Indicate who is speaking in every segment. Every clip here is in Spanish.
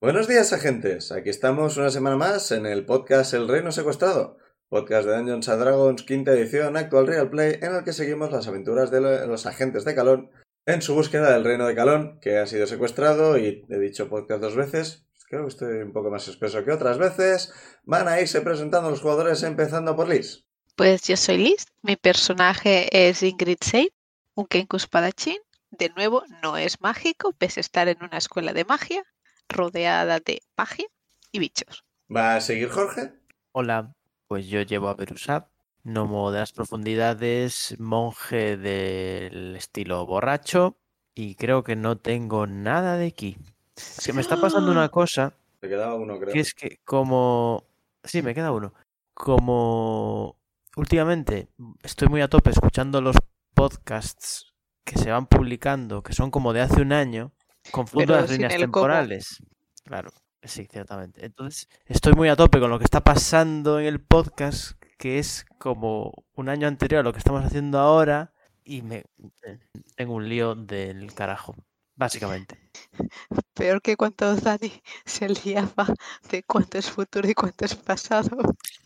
Speaker 1: Buenos días, agentes. Aquí estamos una semana más en el podcast El Reino Secuestrado, podcast de Dungeons and Dragons, quinta edición, actual Real Play, en el que seguimos las aventuras de los agentes de Calón en su búsqueda del Reino de Calón, que ha sido secuestrado y he dicho podcast dos veces. pues Creo que estoy un poco más espeso que otras veces. Van a irse presentando los jugadores, empezando por Liz.
Speaker 2: Pues yo soy Liz, mi personaje es Ingrid Seid, un Kenku espadachín. De nuevo, no es mágico, pese a estar en una escuela de magia, rodeada de magia y bichos.
Speaker 1: ¿Va a seguir Jorge?
Speaker 3: Hola, pues yo llevo a Berusat, gnomo de las profundidades, monje del estilo borracho y creo que no tengo nada de aquí. Es que me está pasando una cosa,
Speaker 1: Te quedaba uno, creo.
Speaker 3: que es que como... Sí, me queda uno. Como últimamente estoy muy a tope escuchando los podcasts que se van publicando, que son como de hace un año, confundo
Speaker 2: Pero
Speaker 3: las
Speaker 2: sin
Speaker 3: líneas
Speaker 2: el cómo.
Speaker 3: temporales. Claro, sí, ciertamente. Entonces, estoy muy a tope con lo que está pasando en el podcast, que es como un año anterior a lo que estamos haciendo ahora, y me tengo un lío del carajo, básicamente.
Speaker 2: Peor que cuando Dani se liaba de cuánto es futuro y cuánto es pasado.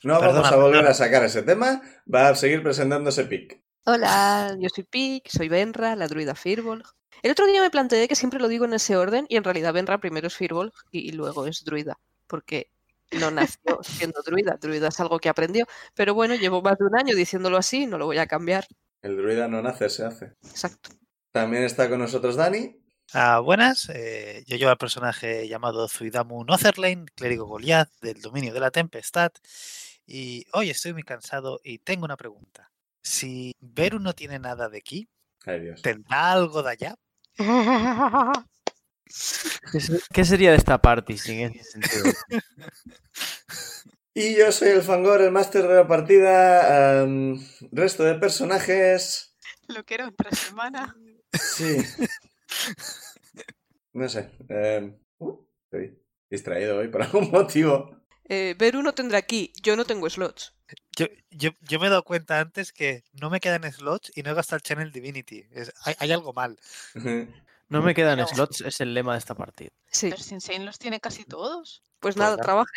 Speaker 1: No vamos
Speaker 3: Perdona,
Speaker 1: a volver
Speaker 3: perdona.
Speaker 1: a sacar ese tema. Va a seguir presentándose Pic.
Speaker 4: Hola, yo soy Pic, soy Benra, la druida Firbolg. El otro día me planteé que siempre lo digo en ese orden y en realidad Benra primero es Firbolg y, y luego es druida, porque no nació siendo druida, druida es algo que aprendió, pero bueno, llevo más de un año diciéndolo así y no lo voy a cambiar.
Speaker 1: El druida no nace, se hace.
Speaker 4: Exacto.
Speaker 1: También está con nosotros Dani.
Speaker 5: Ah, buenas, eh, yo llevo al personaje llamado Zuidamu Notherlane, clérigo Goliath del dominio de la tempestad, y hoy estoy muy cansado y tengo una pregunta. Si Beru no tiene nada de aquí,
Speaker 1: Ay, Dios.
Speaker 5: ¿tendrá algo de allá?
Speaker 3: ¿Qué se- ¿Qué sería de esta party sin ese sentido?
Speaker 1: Y yo soy el Fangor, el máster de la partida. am, resto de personajes.
Speaker 2: Lo que era otra semana.
Speaker 1: Sí. No sé. em, uh, estoy distraído hoy por algún motivo.
Speaker 4: Eh, Beru no tendrá aquí, yo no tengo slots.
Speaker 5: Yo, yo, yo me he dado cuenta antes que no me quedan slots y no he gastado el Channel Divinity. Es- hay, hay algo mal.
Speaker 3: No me quedan
Speaker 2: No.
Speaker 3: slots, es el lema de esta partida.
Speaker 4: Sí,
Speaker 2: Sensei los tiene casi todos.
Speaker 4: pues nada,
Speaker 5: nada.
Speaker 4: trabaja.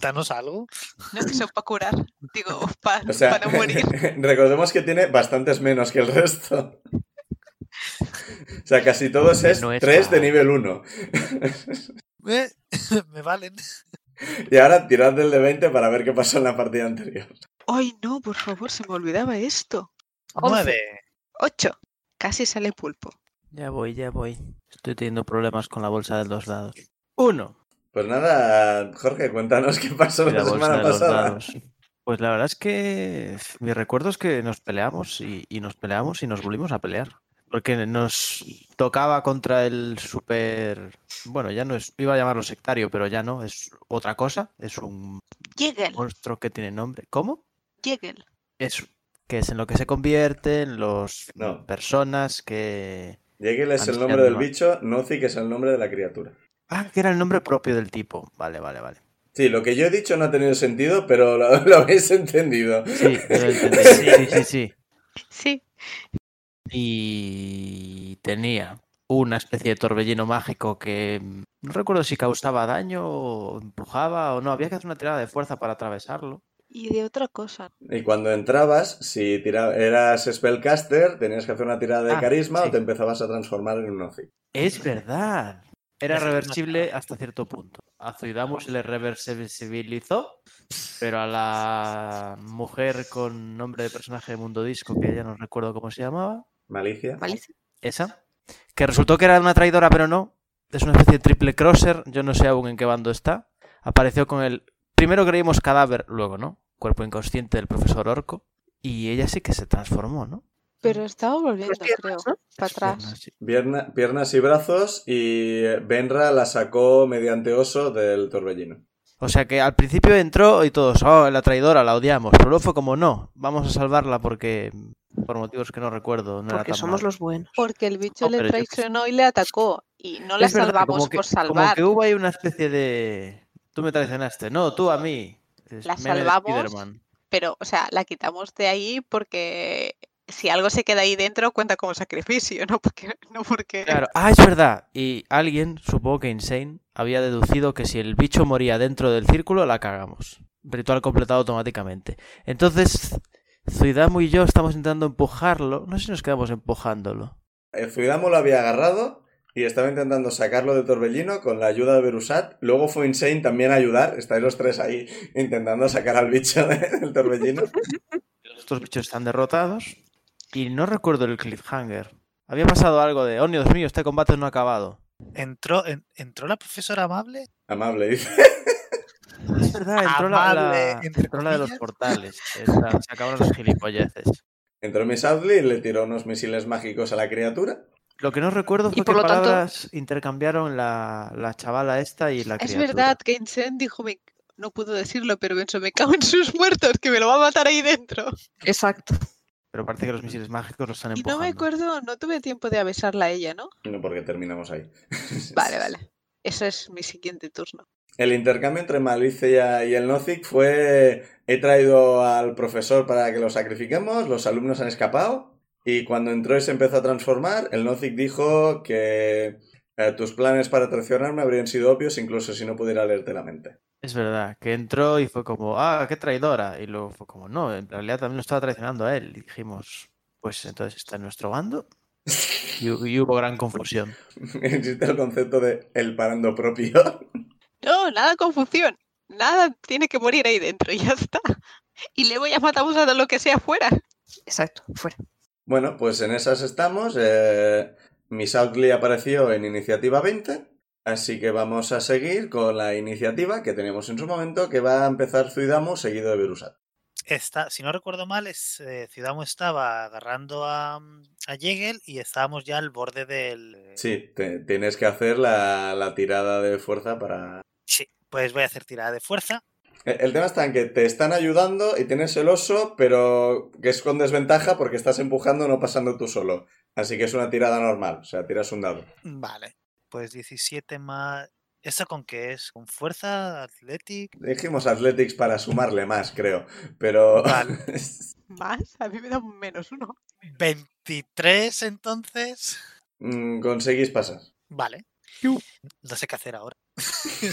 Speaker 5: Danos algo.
Speaker 2: No es que son para curar. Digo, pa-
Speaker 1: O sea,
Speaker 2: para morir.
Speaker 1: recordemos que tiene bastantes menos que el resto. O sea, casi todos es
Speaker 3: No es
Speaker 1: 3 de
Speaker 3: nada.
Speaker 1: nivel 1.
Speaker 5: Eh, me valen.
Speaker 1: Y ahora tirad del de 20 para ver qué pasó en la partida anterior.
Speaker 2: Ay, no, por favor, se me olvidaba esto.
Speaker 5: Nueve.
Speaker 2: Ocho. Casi sale pulpo.
Speaker 3: Ya voy, ya voy. Estoy teniendo problemas con la bolsa de los dados. Uno.
Speaker 1: Pues nada, Jorge, cuéntanos qué pasó
Speaker 3: Y
Speaker 1: la
Speaker 3: la bolsa
Speaker 1: semana
Speaker 3: de los
Speaker 1: pasada.
Speaker 3: dados. Pues la verdad es que f, mi recuerdo es que nos peleamos y, y nos peleamos y nos volvimos a pelear. Porque nos tocaba contra el super... Bueno, ya no es... Iba a llamarlo sectario, pero ya no. Es otra cosa. Es un
Speaker 2: Jägel,
Speaker 3: monstruo que tiene nombre. ¿Cómo?
Speaker 2: Jägel.
Speaker 3: Es que es en lo que se convierten los
Speaker 1: No.
Speaker 3: personas que...
Speaker 1: Jekyll es el
Speaker 3: Anciano,
Speaker 1: nombre del
Speaker 3: ¿no?
Speaker 1: bicho, Nozick es el nombre de la criatura.
Speaker 3: Ah, que era el nombre propio del tipo. Vale, vale, vale.
Speaker 1: Sí, lo que yo he dicho no ha tenido sentido, pero lo, lo habéis entendido.
Speaker 3: Sí, yo lo he entendido. sí, sí, sí.
Speaker 2: Sí.
Speaker 3: y tenía una especie de torbellino mágico que mm, no recuerdo si causaba daño o empujaba o no, había que hacer una tirada de fuerza para atravesarlo.
Speaker 2: Y de otra cosa.
Speaker 1: Y cuando entrabas, si tira- eras spellcaster, tenías que hacer una tirada de
Speaker 3: Ah,
Speaker 1: carisma
Speaker 3: sí.
Speaker 1: o te empezabas a transformar en un Nozick.
Speaker 3: Es verdad. Era
Speaker 5: Es una
Speaker 3: reversible hasta cierto punto. A Zuidamu se le reversibilizó, pero a la mujer con nombre de personaje de Mundo Disco, que ya no recuerdo cómo se llamaba,
Speaker 1: Malicia.
Speaker 4: Malicia.
Speaker 3: esa, que resultó que era una traidora, pero no. Es una especie de triple crosser, yo no sé aún en qué bando está. Apareció con el. Primero creímos cadáver, luego no. Cuerpo inconsciente del profesor Orco. Y ella sí que se transformó, ¿no?
Speaker 2: Pero estaba volviendo,
Speaker 4: Las piernas,
Speaker 2: creo,
Speaker 4: ¿no?
Speaker 2: para atrás.
Speaker 3: Sí.
Speaker 1: Pierna- piernas y brazos y Benra la sacó mediante oso del torbellino.
Speaker 3: O sea que al principio entró y todos, oh, la traidora, la odiamos. Pero luego fue como, no, vamos a salvarla porque, por motivos que no recuerdo, no era
Speaker 4: Porque
Speaker 3: tan
Speaker 4: somos
Speaker 3: malo".
Speaker 4: los buenos.
Speaker 2: Porque el bicho
Speaker 3: No,
Speaker 2: le
Speaker 3: pero yo qué sé.
Speaker 2: traicionó y le atacó. Y no la
Speaker 3: Es verdad,
Speaker 2: salvamos
Speaker 3: como que-
Speaker 2: por salvar.
Speaker 3: Como que hubo ahí una especie de. Tú me traicionaste, no, tú a mí. Es
Speaker 2: La
Speaker 3: meme de
Speaker 2: salvamos.
Speaker 3: Spiderman.
Speaker 2: Pero, o sea, la quitamos de ahí porque si algo se queda ahí dentro cuenta como sacrificio, no porque... No porque...
Speaker 3: Claro, ah, es verdad. Y alguien, supongo que Insane, había deducido que si el bicho moría dentro del círculo, la cagamos. Ritual completado automáticamente. Entonces, Zuidamu y yo estamos intentando empujarlo. No sé si nos quedamos empujándolo.
Speaker 1: El Zuidamo lo Eh, había agarrado y estaba intentando sacarlo del torbellino con la ayuda de Berusat. Luego fue Insane también a ayudar. Estáis los tres ahí intentando sacar al bicho de- del torbellino.
Speaker 3: Estos bichos están derrotados. Y no recuerdo el cliffhanger. Había pasado algo de, oh, Dios mío, este combate no ha acabado.
Speaker 5: ¿Entró, en- ¿entró la profesora amable?
Speaker 1: Amable, dice.
Speaker 3: Es verdad, entró la,
Speaker 5: Amable,
Speaker 3: la-
Speaker 5: entre
Speaker 3: entró la de los
Speaker 5: comillas.
Speaker 3: portales. Esa, se acabaron las gilipolleces.
Speaker 1: Entró Miss Audley y le tiró unos misiles mágicos a la criatura.
Speaker 3: Lo que no recuerdo fue
Speaker 4: por
Speaker 3: qué
Speaker 4: lo tanto-
Speaker 3: palabras intercambiaron la, la chavala esta y la
Speaker 2: es
Speaker 3: criatura.
Speaker 2: verdad que Insane dijo, me- no puedo decirlo, pero pensó, me cago en sus muertos, que me lo va a matar ahí dentro.
Speaker 4: Exacto.
Speaker 3: Pero parece que los misiles mágicos los han
Speaker 2: Y
Speaker 3: empujado.
Speaker 2: no me acuerdo, no tuve tiempo de avisarla a ella, ¿no?
Speaker 1: No, porque terminamos ahí.
Speaker 2: Vale, vale. Eso es mi siguiente turno.
Speaker 1: El intercambio entre Malicia y el Nozick fue... He traído al profesor para que lo sacrifiquemos, los alumnos han escapado y cuando entró y se empezó a transformar, el Nozick dijo que eh, tus planes para traicionarme habrían sido obvios incluso si no pudiera leerte la mente.
Speaker 3: Es verdad, que entró y fue como, ah, qué traidora. Y luego fue como, no, en realidad también lo estaba traicionando a él. Y dijimos, pues entonces está en nuestro bando. Y, hu- y hubo gran confusión.
Speaker 1: Existe el concepto de el parando propio.
Speaker 2: No, nada de confusión. Nada tiene que morir ahí dentro, y ya está. Y luego ya matamos a lo que sea fuera.
Speaker 4: Exacto. Fuera.
Speaker 1: Bueno, pues en esas estamos. Eh, Miss Outley apareció en iniciativa 20, así que vamos a seguir con la iniciativa que tenemos en su momento, que va a empezar Zuidamu seguido de Berusat.
Speaker 5: Está, si no recuerdo mal, es, eh, Ciudadamo estaba agarrando a, mm, a Yegel y estábamos ya al borde del... eh,
Speaker 1: Sí, te- tienes que hacer la, la tirada de fuerza para...
Speaker 5: Sí, Pues voy a hacer tirada de fuerza.
Speaker 1: El el tema está en que te están ayudando y tienes el oso, pero que es con desventaja porque estás empujando no pasando tú solo. Así que es una tirada normal, o sea, tiras un dado.
Speaker 5: Vale. Pues 17 más... ¿Eso con qué es? ¿Con fuerza? ¿Athletic?
Speaker 1: Dijimos Athletics para sumarle más, creo, pero...
Speaker 5: Vale.
Speaker 2: Más, a mí me da un menos uno.
Speaker 5: 23 entonces.
Speaker 1: Mm, Conseguís pasar.
Speaker 5: Vale. No sé qué hacer ahora.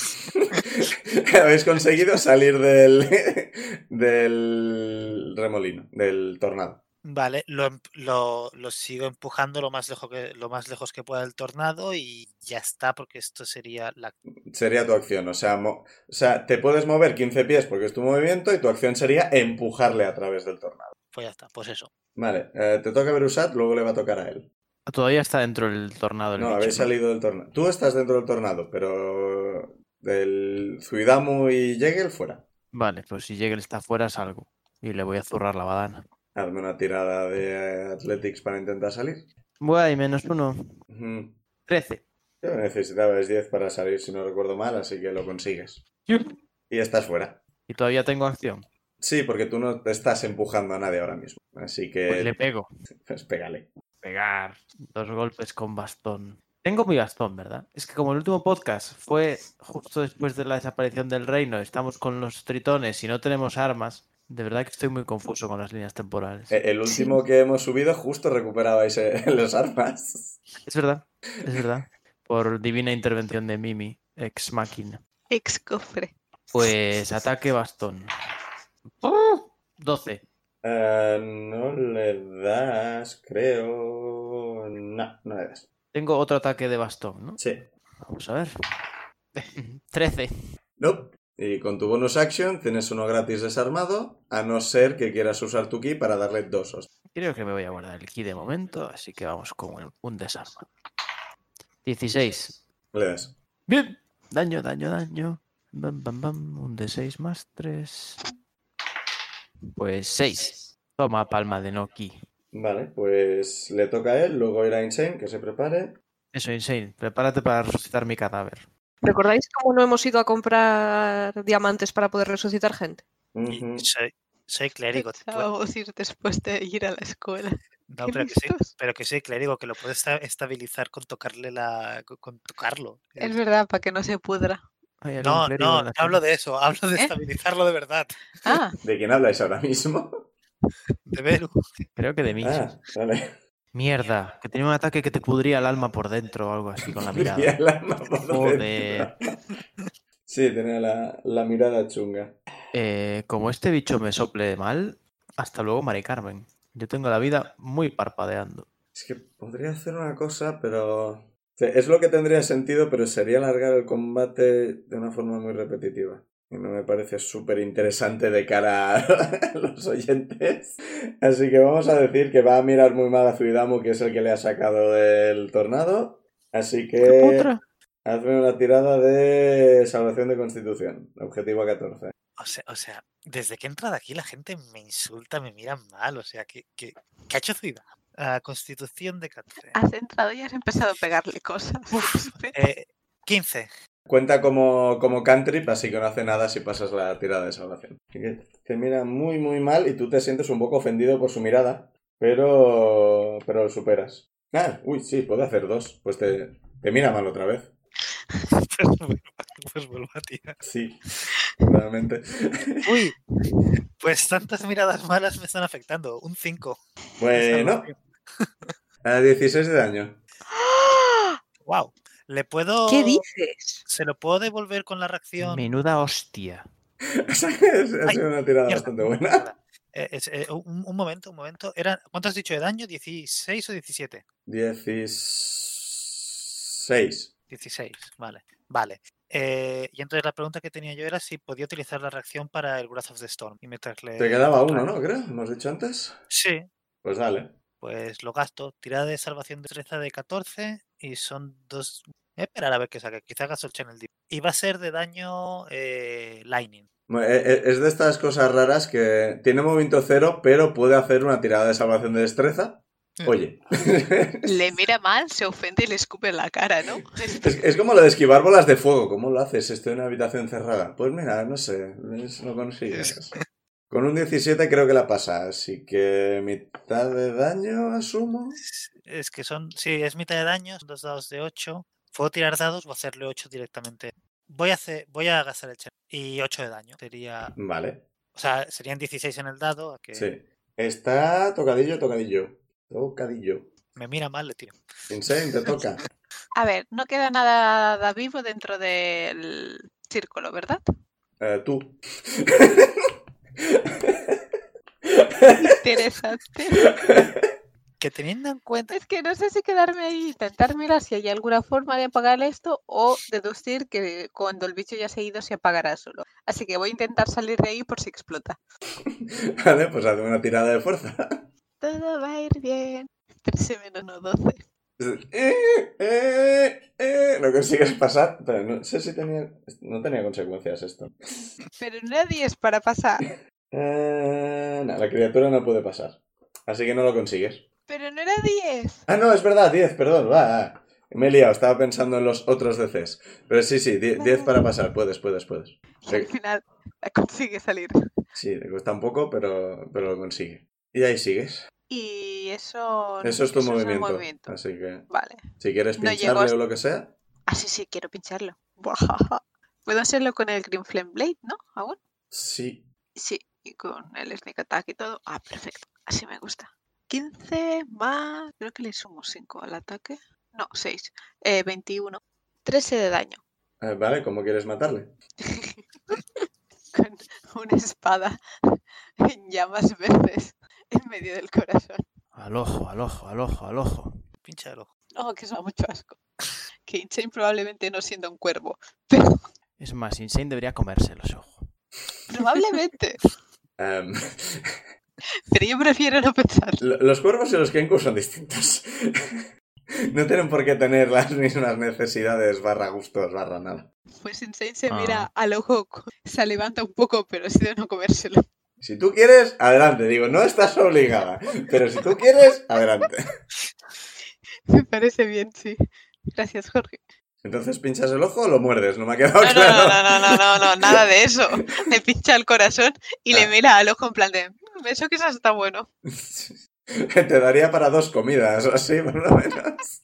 Speaker 1: Habéis conseguido salir del, del remolino, del tornado.
Speaker 5: Vale, lo, em- lo- lo sigo empujando lo más, lejos que, lo más lejos que pueda del tornado y ya está, porque esto sería la...
Speaker 1: Sería tu acción, o sea, mo- o sea, te puedes mover 15 pies porque es tu movimiento y tu acción sería empujarle a través del tornado.
Speaker 5: Pues ya está, pues eso.
Speaker 1: Vale, eh, te toca Berusat, luego le va a tocar a él.
Speaker 3: Todavía está dentro del tornado. El
Speaker 1: No,
Speaker 3: bicho,
Speaker 1: habéis salido del tornado. Tú estás dentro del tornado, pero del Zuidamu y Yegel fuera.
Speaker 3: Vale, pues si Jäger está fuera, salgo. Y le voy a zurrar la badana.
Speaker 1: Hazme una tirada de Athletics para intentar salir.
Speaker 3: Bueno, y menos uno.
Speaker 1: Ujú.
Speaker 3: Trece.
Speaker 1: Yo necesitabas 10 para salir, si no recuerdo mal, así que lo consigues. Y estás fuera.
Speaker 3: Y todavía tengo acción.
Speaker 1: Sí, porque tú no te estás empujando a nadie ahora mismo. Así que,
Speaker 3: Pues
Speaker 1: pues,
Speaker 3: le pego.
Speaker 1: pégale.
Speaker 3: Pegar. Dos golpes con bastón. Tengo mi bastón, ¿verdad? Es que como el último podcast fue justo después de la desaparición del reino, estamos con los tritones y no tenemos armas, de verdad que estoy muy confuso con las líneas temporales.
Speaker 1: E- El último que hemos subido, justo recuperabais eh, los armas.
Speaker 3: Es verdad, es verdad. Por divina intervención de Mimi, ex máquina.
Speaker 2: Ex cofre.
Speaker 3: Pues ataque bastón. 12.
Speaker 1: Eh, no le das, creo. No, no le das.
Speaker 3: Tengo otro ataque de bastón, ¿no?
Speaker 1: Sí.
Speaker 3: Vamos a ver. 13.
Speaker 1: No. Y con tu bonus action tienes uno gratis desarmado, a no ser que quieras usar tu ki para darle dos. hostias.
Speaker 3: Creo que me voy a guardar el ki de momento, así que vamos con el- un desarma. 16.
Speaker 1: Le das.
Speaker 3: Bien. Daño, daño, daño. Bam, bam, bam. Un de 6 más 3. Pues 6. Toma palma de Noki.
Speaker 1: Vale, pues le toca a él, luego irá Insane, que se prepare.
Speaker 3: Eso, Insane, prepárate para resucitar mi cadáver.
Speaker 4: ¿Recordáis cómo no hemos ido a comprar diamantes para poder resucitar gente?
Speaker 1: Ujú.
Speaker 6: Soy, soy clérigo. te puedo-
Speaker 2: Vamos a ir después de ir a la escuela.
Speaker 6: No,
Speaker 2: ¿Qué
Speaker 6: pero que, sí,
Speaker 2: listos?
Speaker 6: pero que sí, clérigo, que lo puedes esta- estabilizar con tocarle la. con- con tocarlo.
Speaker 2: Es
Speaker 5: Eh,
Speaker 2: verdad, para que no se pudra.
Speaker 3: Ay, algún
Speaker 6: No,
Speaker 3: clérigo
Speaker 6: no,
Speaker 3: en la
Speaker 6: no hablo
Speaker 3: zona.
Speaker 6: de eso, hablo de
Speaker 2: ¿Eh?
Speaker 6: estabilizarlo de verdad.
Speaker 2: Ah,
Speaker 1: ¿De quién habláis ahora mismo?
Speaker 6: De Beru.
Speaker 3: Creo que de mí.
Speaker 1: Ah, vale.
Speaker 3: Mierda, que tenía un ataque que te pudría el alma por dentro o algo así con la
Speaker 1: Tenía
Speaker 3: mirada.
Speaker 1: el alma por
Speaker 3: Joder.
Speaker 1: dentro. Sí, tenía la, la mirada chunga.
Speaker 3: Eh, como este bicho me sople mal, hasta luego, Mari Carmen. Yo tengo la vida muy parpadeando.
Speaker 1: Es que podría hacer una cosa, pero... o sea, es lo que tendría sentido, pero sería alargar el combate de una forma muy repetitiva. Y no me parece súper interesante de cara a los oyentes. Así que vamos a decir que va a mirar muy mal a Zuidamu, que es el que le ha sacado del tornado. Así que...
Speaker 3: Otra.
Speaker 1: Hazme una tirada de salvación de constitución. Objetivo a 14.
Speaker 6: O sea, o sea, desde que he entrado aquí la gente me insulta, me mira mal. O sea, que, que, que ha hecho ciudad. Ah, Constitución de 14.
Speaker 1: Ah.
Speaker 2: has entrado y has empezado a pegarle cosas. Ve-
Speaker 6: Eh, 15.
Speaker 1: Cuenta como, como cantrip, así que no hace nada si pasas la tirada de salvación. Así que te mira muy, muy mal y tú te sientes un poco ofendido por su mirada, pero, pero lo superas. Ah, uy, sí, puede hacer dos. Pues te, te mira mal otra vez.
Speaker 6: Pues vuelvo, pues vuelvo a tirar.
Speaker 1: Sí, realmente.
Speaker 6: Uy, pues tantas miradas malas me están afectando. Un 5.
Speaker 1: Bueno, a 16 de daño.
Speaker 6: Wow. ¿Le puedo.
Speaker 4: ¿Qué dices?
Speaker 6: ¿Se lo puedo devolver con la reacción?
Speaker 3: Menuda hostia.
Speaker 1: O sea, que es- Ha
Speaker 6: Ay,
Speaker 1: sido una tirada
Speaker 6: Mierda,
Speaker 1: bastante buena.
Speaker 6: mierda. Eh, es- eh, un, un momento, un momento. Era, ¿Cuánto has dicho de daño? ¿16 o 17?
Speaker 1: 16.
Speaker 6: 16, vale. Vale. Eh, y entonces la pregunta que tenía yo era si podía utilizar la reacción para el Wrath of the Storm y meterle.
Speaker 1: Te quedaba uno, ¿no? Creo, ¿no has dicho antes?
Speaker 6: Sí,
Speaker 1: Pues dale.
Speaker 6: pues lo gasto. Tirada de salvación de destreza de 14 y son dos. Voy a esperar a ver qué saca. Quizá gasto el channel deep. Y va a ser de daño eh, lightning.
Speaker 1: Bueno, e- e- Es de estas cosas raras que tiene movimiento cero, pero puede hacer una tirada de salvación de destreza.
Speaker 6: Mm.
Speaker 1: Oye,
Speaker 2: Le mira mal, se ofende y le escupe en la cara, ¿no?
Speaker 1: es, es como lo de esquivar bolas de fuego. ¿Cómo lo haces? Estoy en una habitación cerrada. Pues mira, no sé, es- no consigues. Con un 17 creo que la pasa, así que mitad de daño, asumo.
Speaker 6: Es- Es que son. Sí, es mitad de daño, son dos dados de 8. Puedo tirar dados o hacerle 8 directamente. Voy a hacer, voy a gastar el channel. Y 8 de daño. Sería.
Speaker 1: Vale,
Speaker 6: O sea, serían 16 en el dado. a que
Speaker 1: sí. Está tocadillo, tocadillo. Tocadillo.
Speaker 6: me mira mal, le tiro.
Speaker 1: Insane, te toca.
Speaker 2: A ver, no queda nada vivo dentro del círculo, ¿verdad?
Speaker 1: Eh, tú.
Speaker 2: Interesante.
Speaker 6: Que teniendo en cuenta. este
Speaker 2: Es que no sé si quedarme ahí, intentar mirar si hay alguna forma de apagar esto o deducir que cuando el bicho ya se ha ido se apagará solo. Así que voy a intentar salir de ahí por si explota.
Speaker 1: Vale, pues hazme una tirada de fuerza.
Speaker 2: Todo va a ir bien. 13 menos no 12.
Speaker 1: Eh, eh, eh, no consigues pasar. Pero no sé si tenía. No tenía consecuencias esto.
Speaker 2: Pero nadie es para pasar.
Speaker 1: Eh, no, la criatura no puede pasar. Así que no lo consigues.
Speaker 2: Pero no era 10.
Speaker 1: Ah, no, es verdad, 10, perdón, va. Me he liado, estaba pensando en los otros DCs. Pero sí, sí, die- 10 para pasar, puedes, puedes, puedes.
Speaker 2: Y al
Speaker 1: Sí.
Speaker 2: final la consigue salir.
Speaker 1: Sí, te cuesta un poco, pero, pero lo consigue. Y ahí sigues.
Speaker 2: Y eso.
Speaker 1: Eso es tu
Speaker 2: eso el
Speaker 1: movimiento,
Speaker 2: movimiento.
Speaker 1: Así que
Speaker 2: Vale.
Speaker 1: si quieres
Speaker 2: No
Speaker 1: pincharle
Speaker 2: llegó.
Speaker 1: o lo que sea.
Speaker 2: Ah, sí, sí, quiero pincharlo. Buajaja. Puedo hacerlo con el Green Flame Blade, ¿no? Aún.
Speaker 1: Sí.
Speaker 2: Sí, y con el Sneak Attack y todo. Ah, perfecto. Así me gusta. 15 más. Creo que le sumo 5 al ataque. No, 6. Eh, 21. 13 de daño.
Speaker 1: Eh, vale, ¿cómo quieres matarle?
Speaker 2: Con una espada en llamas verdes en medio del corazón.
Speaker 3: Al ojo, al ojo, al ojo, al ojo.
Speaker 6: Pincha el ojo.
Speaker 2: Oh, que eso da mucho asco. Que Insane probablemente no siendo un cuervo. Pero
Speaker 3: Es más, Insane debería comerse los ojos.
Speaker 2: probablemente.
Speaker 1: Em,
Speaker 2: Pero yo prefiero no pensar.
Speaker 1: Lo- Los cuervos y los kenkus son distintos. No tienen por qué tener las mismas necesidades, barra gustos, barra nada.
Speaker 2: Pues Insane se
Speaker 3: Ah.
Speaker 2: mira al ojo, co- se levanta un poco, pero decide no comérselo.
Speaker 1: Si tú quieres, adelante. Digo, no estás obligada. Pero si tú quieres, adelante.
Speaker 2: Me parece bien, sí. Gracias, Jorge.
Speaker 1: Entonces pinchas el ojo o lo muerdes, no me ha quedado
Speaker 2: No, no,
Speaker 1: claro.
Speaker 2: no, no, no, no, no, nada de eso. Le pincha el corazón y le
Speaker 1: Ah.
Speaker 2: mira al ojo en plan de, "Mm, eso quizás está bueno.
Speaker 1: Te daría para dos comidas o así, por lo menos.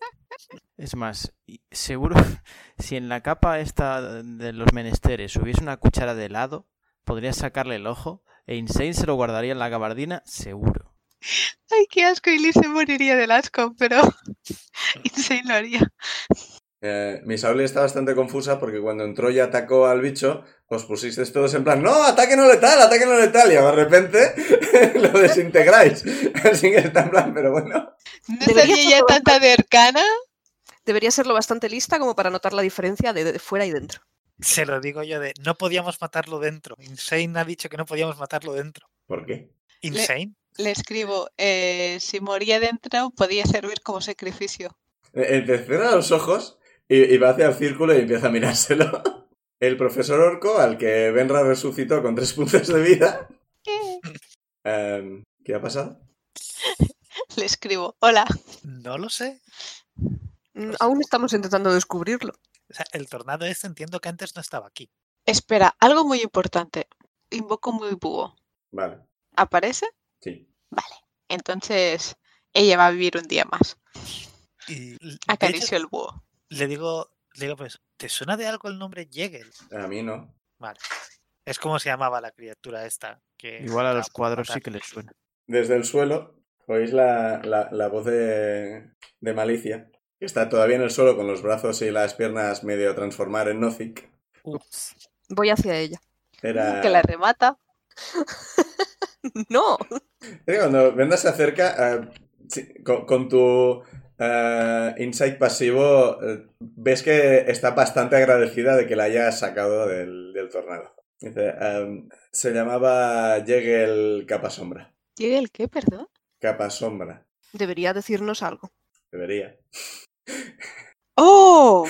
Speaker 3: Es más, y- seguro si en la capa esta de los menesteres hubiese una cuchara de helado, podrías sacarle el ojo e Insane se lo guardaría en la gabardina, seguro.
Speaker 2: Ay, qué asco, y Lee se moriría del asco, pero Insane lo haría.
Speaker 1: Eh, mi Sauli está bastante confusa porque cuando entró y atacó al bicho, os pusisteis todos en plan, no, ataque no letal, ataque no letal, y de repente lo desintegráis. Así que está en plan, pero bueno.
Speaker 2: No
Speaker 4: Debería
Speaker 2: sabía ya
Speaker 4: probar-
Speaker 2: tanta de arcana.
Speaker 4: Debería serlo bastante lista como para notar la diferencia de, de fuera y dentro.
Speaker 6: Se lo digo yo de no podíamos matarlo dentro. Insane ha dicho que no podíamos matarlo dentro.
Speaker 1: ¿Por qué?
Speaker 6: Insane.
Speaker 2: Le escribo, eh, si moría dentro podía servir como sacrificio.
Speaker 1: Eh, eh, te cierra los ojos y, y va hacia el círculo y empieza a mirárselo. El profesor Orco, al que Benra resucitó con tres puntos de vida.
Speaker 2: Eh,
Speaker 1: eh, ¿Qué ha pasado?
Speaker 2: Le escribo, hola.
Speaker 6: No lo sé.
Speaker 4: Mm, Aún estamos intentando descubrirlo.
Speaker 6: O sea, el tornado este entiendo que antes no estaba aquí.
Speaker 2: Espera, algo muy importante. Invoco muy búho.
Speaker 1: Vale,
Speaker 2: ¿Aparece?
Speaker 1: sí.
Speaker 2: Entonces ella va a vivir un día más.
Speaker 6: Y l- de hecho,
Speaker 2: Acaricio el búho.
Speaker 6: le digo, le digo, pues, ¿te suena de algo el nombre Jägel?
Speaker 1: A mí no.
Speaker 6: Es como se llamaba la criatura esta. Que
Speaker 3: Igual a
Speaker 6: estaba
Speaker 3: los
Speaker 6: por
Speaker 3: cuadros sí
Speaker 6: matar.
Speaker 3: que les suena.
Speaker 1: Desde el suelo oís la, la- la voz de, de Malicia, que está todavía en el suelo con los brazos y las piernas medio transformar en Nozick.
Speaker 6: Ups.
Speaker 4: Voy hacia ella.
Speaker 1: Era...
Speaker 2: Que la remata.
Speaker 4: ¡No!
Speaker 1: Es que cuando Brenda se acerca, eh, sí, con, con tu eh, insight pasivo, eh, ves que está bastante agradecida de que la hayas sacado del, del tornado. Dice, em, se llamaba Jägel Capasombra.
Speaker 2: ¿Llega el qué, perdón?
Speaker 1: Capasombra,
Speaker 4: Debería decirnos algo.
Speaker 1: debería.
Speaker 2: ¡Oh!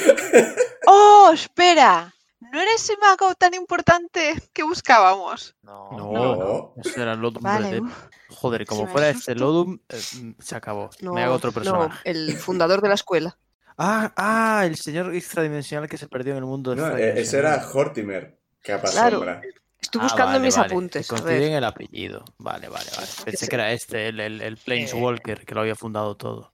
Speaker 2: ¡Oh, espera! No era ese mago tan importante que buscábamos.
Speaker 6: No.
Speaker 3: No,
Speaker 1: No.
Speaker 3: Eso era el Lodum
Speaker 2: Vale,
Speaker 3: Redem.
Speaker 2: uf,
Speaker 3: Joder, como
Speaker 2: Se me
Speaker 3: fuera este
Speaker 2: asusta.
Speaker 3: Lodum, eh, mm, se acabó.
Speaker 4: No,
Speaker 3: Me hago otro personaje.
Speaker 4: No, el fundador de la escuela.
Speaker 3: Ah, ah, el señor extradimensional que se perdió en el mundo.
Speaker 1: No, eh, ese
Speaker 3: extradimensional.
Speaker 1: era Hortimer
Speaker 4: Claro.
Speaker 1: Capasombra.
Speaker 4: Estoy
Speaker 3: Ah,
Speaker 4: buscando en
Speaker 3: vale,
Speaker 4: mis
Speaker 3: vale,
Speaker 4: apuntes.
Speaker 3: que
Speaker 4: a ver.
Speaker 3: coincide en el apellido. Vale, vale, vale. Pensé que era este, el, el, el Planeswalker, que lo había fundado todo.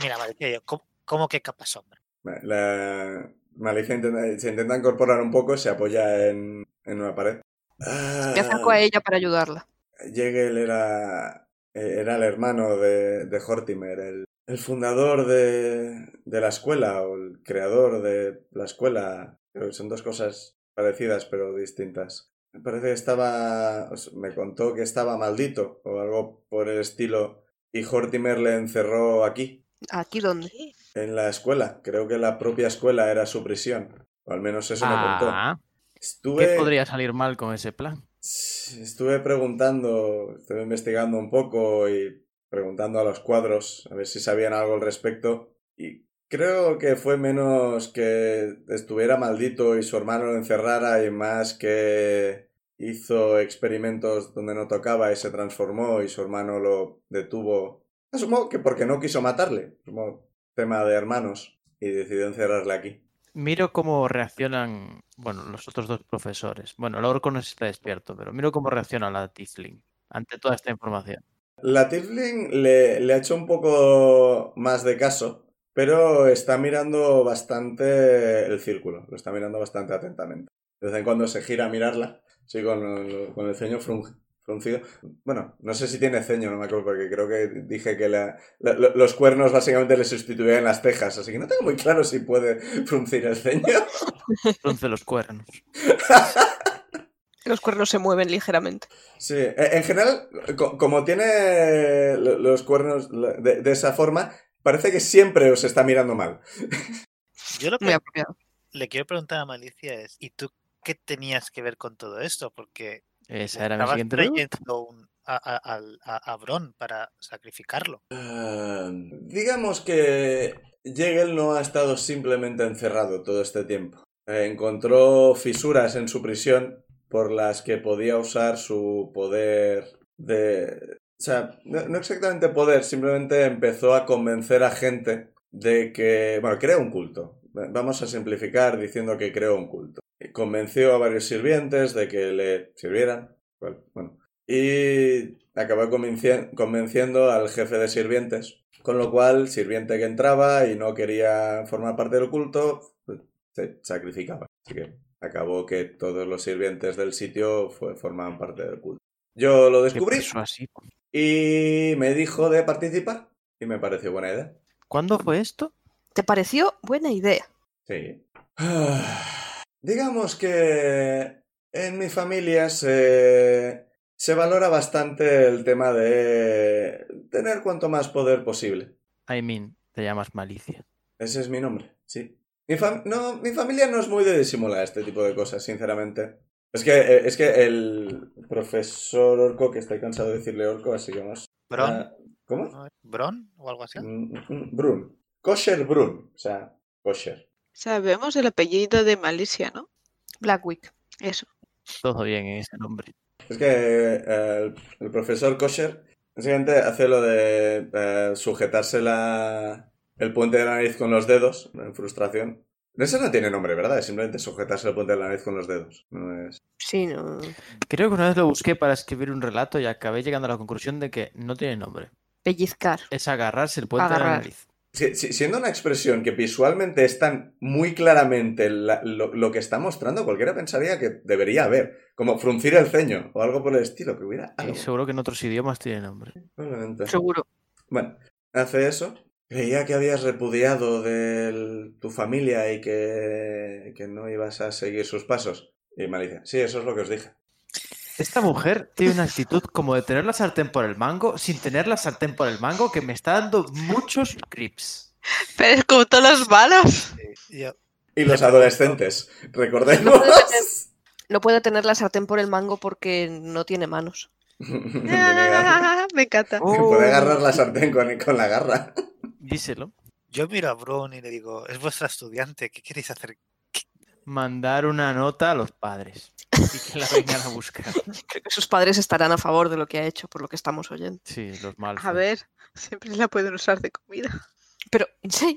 Speaker 6: Mira, madre mía, yo, ¿cómo, cómo que capa sombra?
Speaker 1: La Malicia intenta- se intenta incorporar un poco, se apoya en, en una pared.
Speaker 4: Me acerco a ella para ayudarla.
Speaker 1: Jägel era, era el hermano de, de Hortimer, el, el fundador de, de la escuela o el creador de la escuela. Creo que son dos cosas parecidas pero distintas. Me parece que estaba, os- me contó que estaba maldito o algo por el estilo y Hortimer le encerró aquí,
Speaker 4: ¿Aquí dónde?
Speaker 1: en la escuela. Creo que la propia escuela era su prisión, o al menos eso me Pues contó.
Speaker 3: Ah, ¿qué
Speaker 1: Estuve...
Speaker 3: podría salir mal con ese plan?
Speaker 1: Sí, Estuve preguntando, estuve investigando un poco y preguntando a los cuadros a ver si sabían algo al respecto. Y creo que fue menos que estuviera maldito y su hermano lo encerrara y más que hizo experimentos donde no tocaba y se transformó y su hermano lo detuvo. Asumo que porque no quiso matarle. Asumo tema de hermanos y decidió encerrarle aquí.
Speaker 3: Miro cómo reaccionan, bueno, los otros dos profesores. Bueno, el orco no sé si está despierto, pero miro cómo reacciona la Tifling ante toda esta información.
Speaker 1: La Tifling le, le ha hecho un poco más de caso, pero está mirando bastante el círculo, lo está mirando bastante atentamente. De vez en cuando se gira a mirarla, sí, con, el- con el ceño frun- fruncido. Bueno, no sé si tiene ceño, no me acuerdo, porque creo que dije que la- la- lo- los cuernos básicamente le sustituían las cejas, así que no tengo muy claro si puede fruncir el ceño.
Speaker 3: Frunce los cuernos.
Speaker 4: Los cuernos se mueven ligeramente.
Speaker 1: Sí, e- en general, co- como tiene lo- los cuernos la- de, de esa forma, parece que siempre os está mirando mal.
Speaker 6: Yo lo que
Speaker 4: Muy apropiado.
Speaker 6: le quiero preguntar a Malicia es, ¿y tú qué tenías que ver con todo esto? Porque
Speaker 3: Esa era mi
Speaker 6: estabas
Speaker 3: siguiente pregunta.
Speaker 6: trayendo un- a, a- al- a- a Bron para sacrificarlo.
Speaker 1: Ah, digamos que Jägel no ha estado simplemente encerrado todo este tiempo. Eh, encontró fisuras en su prisión por las que podía usar su poder de... O sea, no, no exactamente poder, simplemente empezó a convencer a gente de que... Bueno, creó un culto. Vamos a simplificar diciendo que creó un culto. Convenció a varios sirvientes de que le sirvieran. Bueno, bueno. Y acabó convinci- convenciendo al jefe de sirvientes. Con lo cual, sirviente que entraba y no quería formar parte del culto, pues, se sacrificaba. Así que acabó que todos los sirvientes del sitio fue- formaban parte del culto. Yo lo
Speaker 3: Qué
Speaker 1: descubrí
Speaker 3: persuasivo.
Speaker 1: y me dijo de participar y me pareció buena idea.
Speaker 3: ¿Cuándo fue esto?
Speaker 4: ¿Te pareció buena idea?
Speaker 1: Sí. Digamos que en mi familia se, se valora bastante el tema de tener cuanto más poder posible.
Speaker 3: I mean, te llamas Malicia.
Speaker 1: Ese es mi nombre, sí. Mi, fam- no, mi familia no es muy de disimular este tipo de cosas, sinceramente. Es que, eh, es que el profesor Orco, que estoy cansado de decirle Orco, así que vamos.
Speaker 6: ¿Bron?
Speaker 1: Ah, ¿Cómo?
Speaker 6: ¿no? ¿Bron o algo así?
Speaker 1: Mm, mm, Brun. Kosher Brun. O sea, kosher.
Speaker 2: Sabemos el apellido de Malicia, ¿no?
Speaker 4: Blackwick.
Speaker 2: Eso.
Speaker 3: Todo bien en ese nombre.
Speaker 1: Es que eh, el, el profesor Kosher básicamente hace lo de eh, sujetarse la, el puente de la nariz con los dedos, en frustración. Eso no tiene nombre, ¿verdad? Es simplemente sujetarse el puente de la nariz con los dedos. No es...
Speaker 4: Sí, no.
Speaker 3: Creo que una vez lo busqué para escribir un relato y acabé llegando a la conclusión de que no tiene nombre.
Speaker 4: Pellizcar.
Speaker 3: Es agarrarse el puente de la
Speaker 4: Agarrar.
Speaker 3: nariz.
Speaker 1: Si- si- siendo una expresión que visualmente es tan muy claramente la- lo, lo que está mostrando, cualquiera pensaría que debería haber, como fruncir el ceño o algo por el estilo, que hubiera
Speaker 3: Y
Speaker 1: algo.
Speaker 3: seguro que en otros idiomas tiene nombre.
Speaker 1: Probablemente.
Speaker 4: Seguro.
Speaker 1: Bueno, hace eso. Creía que habías repudiado de tu familia y que, que no ibas a seguir sus pasos. Y Malicia, sí, eso es lo que os dije.
Speaker 3: Esta mujer tiene una actitud como de tener la sartén por el mango, sin tener la sartén por el mango, que me está dando muchos creeps.
Speaker 2: Pero es como todas las balas.
Speaker 6: Y yo,
Speaker 1: Y los adolescentes, recordemos.
Speaker 4: No puede tener la sartén por el mango porque no tiene manos.
Speaker 1: Tiene garra.
Speaker 2: Ah, me encanta.
Speaker 1: Puede agarrar la sartén con, con la garra.
Speaker 3: Díselo.
Speaker 6: yo miro a Bron y le digo, es vuestra estudiante, ¿qué queréis hacer?
Speaker 3: Mandar una nota a los padres y que la vengan a buscar.
Speaker 4: Creo que sus padres estarán a favor de lo que ha hecho, por lo que estamos oyendo.
Speaker 3: Sí, los malos.
Speaker 2: A ver, siempre la pueden usar de comida.
Speaker 4: Pero, Insane,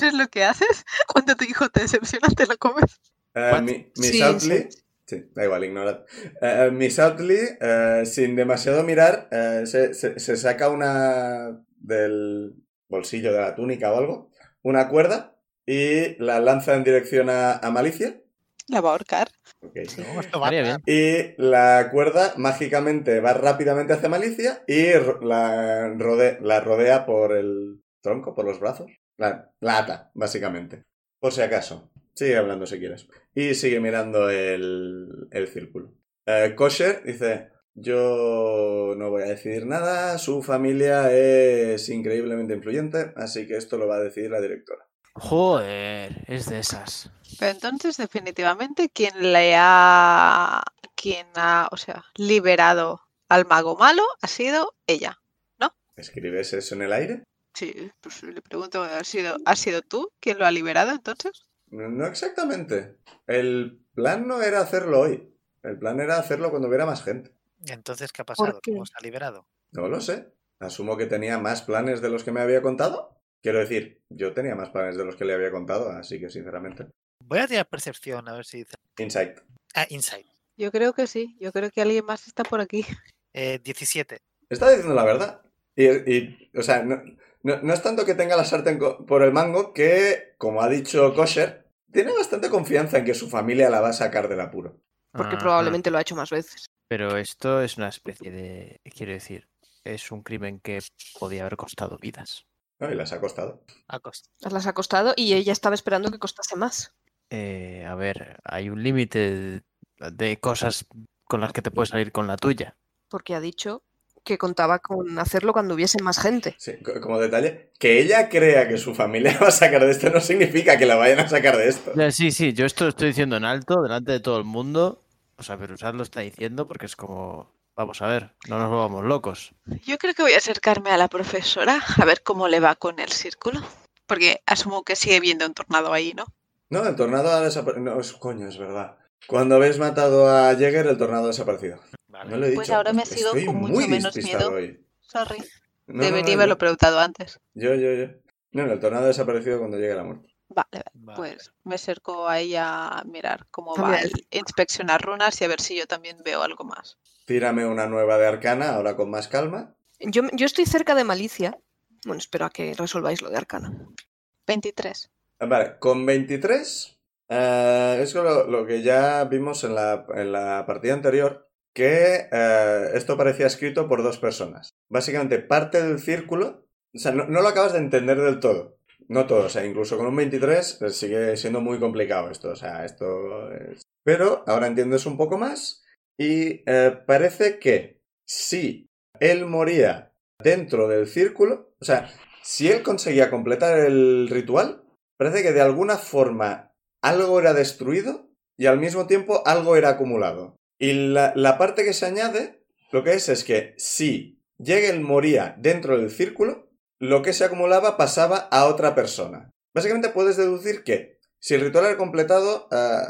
Speaker 2: ¿No es lo que haces? Cuando tu hijo te decepciona, te lo comes.
Speaker 1: Eh,
Speaker 3: What?
Speaker 1: mi- Miss
Speaker 4: Sí,
Speaker 1: Outley. Sí, da igual, ignorad. Eh, eh, Miss Outley, eh, sin demasiado mirar, eh, se, se- se saca una del bolsillo de la túnica o algo, una cuerda, y la lanza en dirección a, a Malicia.
Speaker 2: La va a ahorcar.
Speaker 1: Ok.
Speaker 6: No, "Oh, esto va
Speaker 3: Estaría
Speaker 6: a-
Speaker 3: bien.
Speaker 1: Y la cuerda mágicamente va rápidamente hacia Malicia y ro- la, rode- la rodea por el tronco, por los brazos. La, la ata, básicamente. Por si acaso. Sigue hablando si quieres. Y sigue mirando el, el círculo. Eh, Kosher dice, yo no voy a decidir nada, su familia es increíblemente influyente, así que esto lo va a decidir la directora.
Speaker 3: Joder, es de esas.
Speaker 2: Pero entonces, definitivamente, quien le ha. quien ha, o sea, liberado al mago malo ha sido ella.
Speaker 1: ¿Escribes eso en el aire?
Speaker 2: Sí, pues le pregunto, ¿ha sido, ¿ha sido tú quien lo ha liberado entonces?
Speaker 1: No exactamente. El plan no era hacerlo hoy. El plan era hacerlo cuando hubiera más gente.
Speaker 6: Entonces, ¿qué ha pasado?
Speaker 4: qué?
Speaker 6: ¿Cómo se ha liberado?
Speaker 1: No lo sé. Asumo que tenía más planes de los que me había contado. Quiero decir, yo tenía más planes de los que le había contado, así que sinceramente.
Speaker 6: Voy a tirar percepción a ver si dice.
Speaker 1: Insight.
Speaker 6: Ah, insight.
Speaker 2: Yo creo que sí, yo creo que alguien más está por aquí.
Speaker 6: Eh, 17.
Speaker 1: Está diciendo la verdad. Y, y, o sea, no, no- no es tanto que tenga la sartén co- por el mango que, como ha dicho Kosher, tiene bastante confianza en que su familia la va a sacar del apuro.
Speaker 4: porque
Speaker 3: Ajá.
Speaker 4: probablemente lo ha hecho más veces.
Speaker 3: Pero esto es una especie de. Quiero decir, es un crimen que podía haber costado vidas.
Speaker 1: ¿no? Y las ha costado.
Speaker 6: A costa.
Speaker 4: Las ha costado y ella estaba esperando que costase más.
Speaker 3: Eh, a ver, hay un límite de- de cosas con las que te puedes salir con la tuya.
Speaker 4: Porque ha dicho que contaba con hacerlo cuando hubiese más gente.
Speaker 1: Sí, co- como detalle, que ella crea que su familia va a sacar de esto no significa que la vayan a sacar de
Speaker 6: Eh,
Speaker 1: esto.
Speaker 3: Ya, Sí, sí, yo esto lo estoy diciendo en alto, delante de todo el mundo. O sea, pero usted lo está diciendo porque es como, vamos a ver, no nos volvamos locos.
Speaker 2: Yo creo que voy a acercarme a la profesora a ver cómo le va con el círculo. Porque asumo que sigue viendo un tornado ahí, ¿no?
Speaker 1: No, el tornado ha desaparecido. No, es- coño, es verdad. Cuando habéis matado a Jäger, el tornado ha desaparecido.
Speaker 6: Vale.
Speaker 1: No lo he dicho.
Speaker 2: Pues ahora me sigo
Speaker 1: Estoy
Speaker 2: con mucho
Speaker 1: muy
Speaker 2: menos
Speaker 1: despistado
Speaker 2: miedo.
Speaker 1: hoy.
Speaker 2: Sorry.
Speaker 1: No, no,
Speaker 2: Debería
Speaker 1: no,
Speaker 2: haberlo
Speaker 1: no.
Speaker 2: preguntado antes.
Speaker 1: Yo, yo, yo. No, no, el tornado ha desaparecido cuando llegue la muerte.
Speaker 2: Vale, vale,
Speaker 6: Vale.
Speaker 2: pues me acerco a ella a mirar cómo
Speaker 4: A
Speaker 2: va
Speaker 4: mirar.
Speaker 2: el inspeccionar runas y a ver si yo también veo algo más.
Speaker 1: Tírame una nueva de arcana, ahora con más calma.
Speaker 4: Yo, yo estoy cerca de Malicia. Bueno, espero a que resolváis lo de Arcana.
Speaker 2: 23.
Speaker 1: Ah, Vale, con 23. eh, es lo, lo que ya vimos en la, en la partida anterior, que eh, esto parecía escrito por dos personas. Básicamente, parte del círculo, o sea, no, no lo acabas de entender del todo. No todo, o sea, incluso con un 23 eh, sigue siendo muy complicado esto, o sea, esto es... Pero ahora entiendes un poco más y eh, parece que si él moría dentro del círculo, o sea, si él conseguía completar el ritual, Parece que de alguna forma algo era destruido y al mismo tiempo algo era acumulado. Y la, la parte que se añade, lo que es es que si Jägel moría dentro del círculo, lo que se acumulaba pasaba a otra persona. Básicamente puedes deducir que si el ritual era completado, ah,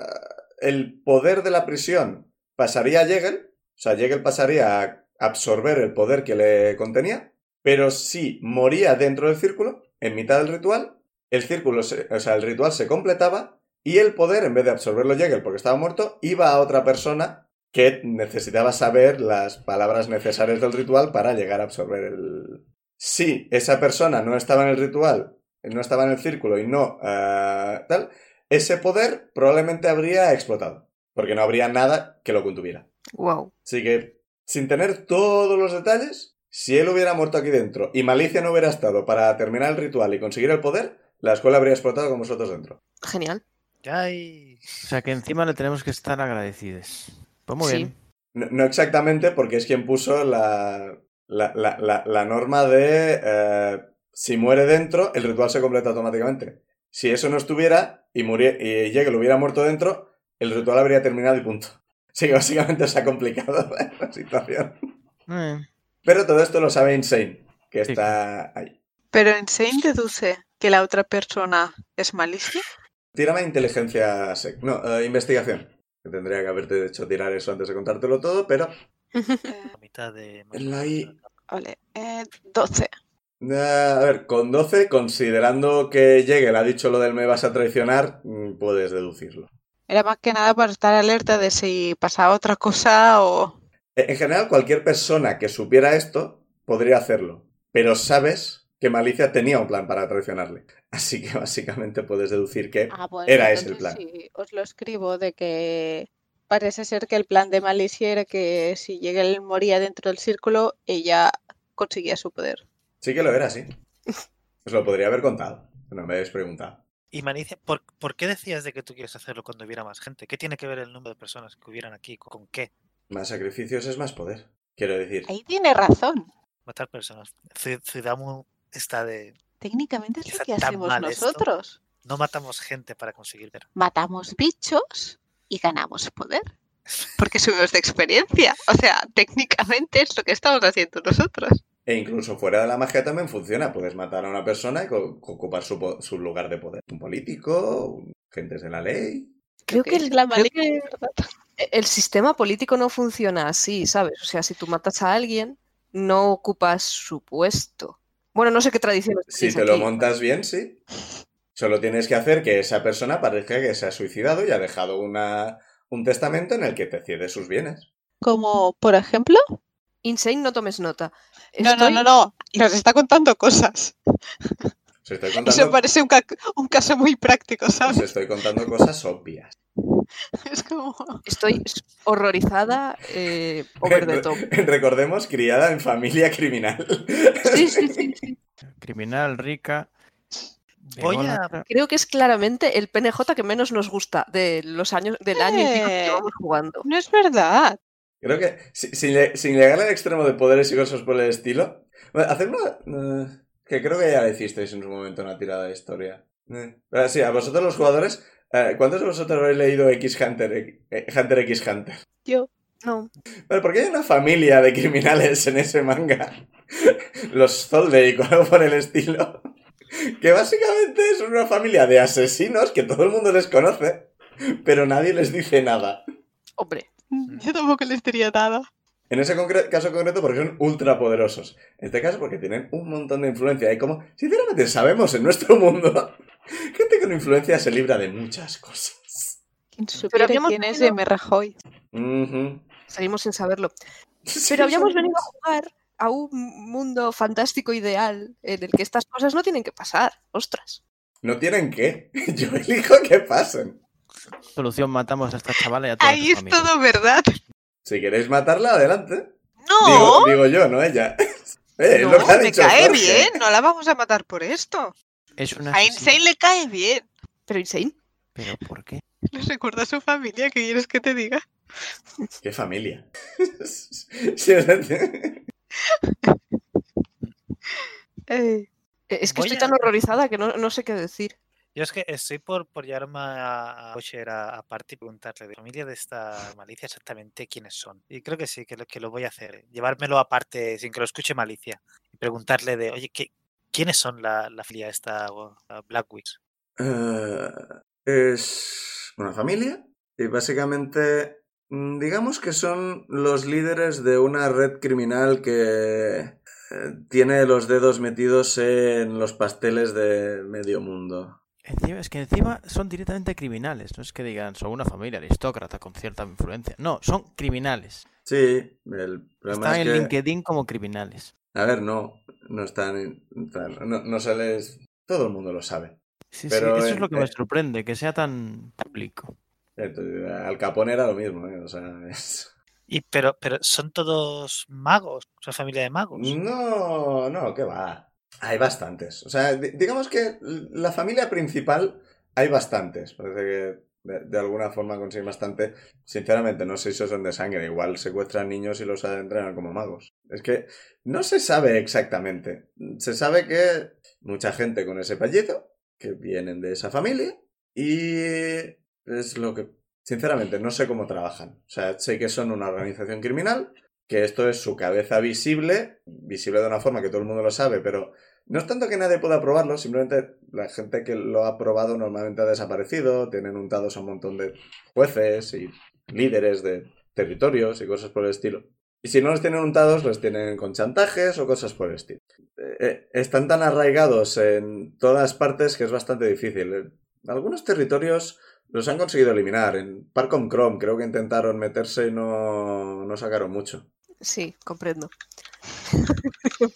Speaker 1: el poder de la prisión pasaría a Jägel, o sea, Jägel pasaría a absorber el poder que le contenía, pero si moría dentro del círculo, en mitad del ritual, el círculo, se- o sea, el ritual se completaba y el poder, en vez de absorberlo Jägel porque estaba muerto, iba a otra persona que necesitaba saber las palabras necesarias del ritual para llegar a absorber el... Si esa persona no estaba en el ritual, no estaba en el círculo y no eh, tal, ese poder probablemente habría explotado, porque no habría nada que lo contuviera.
Speaker 4: Wow.
Speaker 1: Así que, sin tener todos los detalles, si él hubiera muerto aquí dentro y Malicia no hubiera estado para terminar el ritual y conseguir el poder, la escuela habría explotado con vosotros dentro.
Speaker 4: Genial.
Speaker 6: Ay.
Speaker 3: O sea que encima le tenemos que estar agradecidos. Pues muy
Speaker 4: Sí.
Speaker 3: bien.
Speaker 1: No, no exactamente, porque es quien puso la, la, la- la- la norma de eh, si muere dentro, el ritual se completa automáticamente. Si eso no estuviera y, murie- y Jägel hubiera muerto dentro, el ritual habría terminado y punto. Así que básicamente se ha complicado la situación.
Speaker 3: Eh,
Speaker 1: Pero todo esto lo sabe Insane, que
Speaker 3: Sí.
Speaker 1: está ahí.
Speaker 2: Pero Insane deduce que la otra persona es malicia.
Speaker 1: Tírame inteligencia sec. No, eh, investigación. Que tendría que haberte hecho tirar eso antes de contártelo todo, pero.
Speaker 2: Eh,
Speaker 6: La mitad de.
Speaker 1: El ahí.
Speaker 2: vale, eh, 12.
Speaker 1: eh, a ver, con 12, considerando que llegue, le ha dicho lo del me vas a traicionar, mm, puedes deducirlo.
Speaker 2: Era más que nada para estar alerta de si pasaba otra cosa o...
Speaker 1: E- En general, cualquier persona que supiera esto podría hacerlo. Pero sabes que Malicia tenía un plan para traicionarle. Así que básicamente puedes deducir que.
Speaker 2: Ah.
Speaker 1: Era ese el entonces plan.
Speaker 2: os lo escribo de que parece ser que el plan de Malicia era que si Jägel moría dentro del círculo, ella conseguía su poder.
Speaker 1: Sí que lo era, sí. Os lo podría haber contado. No me habéis preguntado.
Speaker 6: Y Manice, ¿por, por qué decías de que tú quieres hacerlo cuando hubiera más gente? ¿Qué tiene que ver el número de personas que hubieran aquí? ¿Con qué?
Speaker 1: Más sacrificios es más poder. Quiero decir.
Speaker 2: Ahí tiene razón.
Speaker 6: Matar personas. Ci- Ciudadamo está de.
Speaker 2: Técnicamente es
Speaker 6: Está
Speaker 2: lo que
Speaker 6: tan
Speaker 2: hacemos
Speaker 6: mal esto.
Speaker 2: nosotros.
Speaker 6: No matamos gente para conseguir ver.
Speaker 2: Matamos bichos y ganamos poder. Porque subimos de experiencia. O sea, técnicamente es lo que estamos haciendo nosotros.
Speaker 1: E incluso fuera de la magia también funciona. Puedes matar a una persona y co- ocupar su, po- su lugar de poder. Un político, un- gentes de la ley.
Speaker 4: Creo que, el,
Speaker 2: es la
Speaker 4: creo
Speaker 2: malicia,
Speaker 4: que e,
Speaker 2: ¿verdad?
Speaker 4: el sistema político no funciona así, ¿sabes? O sea, si tú matas a alguien, no ocupas su puesto. Bueno, no sé qué tradiciones
Speaker 1: Si
Speaker 4: tenéis
Speaker 1: te lo
Speaker 4: aquí.
Speaker 1: montas bien, sí. Solo tienes que hacer que esa persona parezca que se ha suicidado y ha dejado una, un testamento en el que te cede sus bienes.
Speaker 2: Como, por ejemplo.
Speaker 4: Insane, no tomes nota.
Speaker 2: No, no,
Speaker 4: Estoy-
Speaker 2: no, no. Nos está contando cosas.
Speaker 1: Os estoy
Speaker 2: Eso
Speaker 1: contando,
Speaker 2: parece un, ca- un caso muy práctico,
Speaker 1: os
Speaker 2: ¿sabes?
Speaker 1: estoy contando cosas obvias.
Speaker 2: Es como.
Speaker 4: Estoy horrorizada, eh, over the top.
Speaker 1: Recordemos, criada en familia criminal.
Speaker 4: Sí, sí, sí, sí.
Speaker 3: criminal, rica.
Speaker 6: Voy a-
Speaker 3: ególatra.
Speaker 4: Creo que es claramente el PNJ que menos nos gusta de los años, del año y pico que
Speaker 2: Eh.
Speaker 4: llevamos jugando.
Speaker 2: No es verdad.
Speaker 1: Creo que si- sin, lle- sin llegar al extremo de poderes y cosas por el estilo. Bueno, hacer una. eh, que creo que ya le hicisteis en su momento una tirada de historia. Eh, ah, sí, a vosotros los jugadores. eh, ¿Cuántos de vosotros habéis leído X Hunter, eh, eh, Hunter X Hunter?
Speaker 2: Yo.
Speaker 4: No.
Speaker 1: Bueno, porque hay una familia de criminales en ese manga. Los Zoldey o algo por el estilo. Que básicamente es una familia de asesinos que todo el mundo les conoce. pero nadie les dice nada.
Speaker 4: Hombre,
Speaker 6: Mm.
Speaker 2: Yo tampoco les diría nada.
Speaker 1: En ese concre- caso concreto porque son ultra poderosos. En este caso porque tienen un montón de influencia. Y como, sinceramente, sabemos en nuestro mundo, gente con influencia se libra de muchas cosas.
Speaker 2: ¿Quién supiera
Speaker 4: habíamos
Speaker 2: quién es
Speaker 4: tenido-
Speaker 2: M. Rajoy?
Speaker 1: Ujú.
Speaker 4: seguimos sin saberlo.
Speaker 1: Sí,
Speaker 4: Pero habíamos
Speaker 1: sabemos.
Speaker 4: venido a jugar a un mundo fantástico ideal en el que estas cosas no tienen que pasar. Ostras.
Speaker 1: No tienen qué. Yo elijo que pasen.
Speaker 3: Solución, matamos a esta chavala y a toda
Speaker 2: Ahí
Speaker 3: su
Speaker 2: es
Speaker 3: familia.
Speaker 2: todo verdad.
Speaker 1: Si queréis matarla, adelante.
Speaker 2: ¡No!
Speaker 1: Digo, digo yo, no ella. Eh, es
Speaker 2: No,
Speaker 1: lo que ha
Speaker 2: me
Speaker 1: dicho
Speaker 2: cae
Speaker 1: Jorge.
Speaker 2: bien, no la vamos a matar por esto.
Speaker 3: Es una
Speaker 2: A Insane le cae bien.
Speaker 4: Pero insane.
Speaker 3: ¿Pero por qué?
Speaker 2: Les recuerda a su familia, ¿qué quieres que te diga?
Speaker 1: Qué familia. Sí, es verdad.
Speaker 2: Eh,
Speaker 4: Eh, Es que
Speaker 6: Voy
Speaker 4: estoy
Speaker 6: a-
Speaker 4: tan horrorizada que no, no sé qué decir.
Speaker 6: Yo es que estoy por, por llevarme a, a Boucher a, a parte y preguntarle de la familia de esta malicia exactamente quiénes son. Y creo que sí, que lo, que lo voy a hacer. eh, Llevármelo aparte sin que lo escuche malicia. Y preguntarle de, oye, ¿qué, ¿quiénes son la, la familia esta o- la Blackwicks?
Speaker 1: Eh, es una familia y básicamente mm, digamos que son los líderes de una red criminal que eh, tiene los dedos metidos en los pasteles de medio mundo.
Speaker 3: Encima- es que encima son directamente criminales. No es que digan, son una familia aristócrata con cierta influencia. No, son criminales.
Speaker 1: Sí, el problema
Speaker 3: Están en
Speaker 1: es que...
Speaker 3: LinkedIn como criminales.
Speaker 1: A ver, no, no están... en- tan- No, no se les... Todo el mundo lo sabe.
Speaker 3: Sí,
Speaker 1: Pero,
Speaker 3: sí, eso
Speaker 1: eh,
Speaker 3: es lo que me
Speaker 1: eh.
Speaker 3: sorprende, que sea tan público.
Speaker 1: Entonces, Al Capone era lo mismo, ¿eh? o sea, es-
Speaker 6: Y, pero, pero son todos magos, son familia de magos.
Speaker 4: Mm.
Speaker 1: No, no, que va. Hay bastantes. O sea, di- digamos que la familia principal hay bastantes. Parece que de, de alguna forma consiguen bastante. Sinceramente, no sé si son de sangre. Igual secuestran niños y los adentran como magos. Es que no se sabe exactamente. Se sabe que mucha gente con ese pallito, que vienen de esa familia, y es lo que... Sinceramente, no sé cómo trabajan. O sea, sé que son una organización criminal, que esto es su cabeza visible, visible de una forma que todo el mundo lo sabe, pero no es tanto que nadie pueda probarlo, simplemente la gente que lo ha probado normalmente ha desaparecido, tienen untados a un montón de jueces y líderes de territorios y cosas por el estilo. Y si no los tienen untados, los tienen con chantajes o cosas por el estilo. Eh, eh, están tan arraigados en todas partes que es bastante difícil. En algunos territorios los han conseguido eliminar. En Parcom Chrome creo que intentaron meterse y no, no sacaron mucho.
Speaker 4: Sí, comprendo.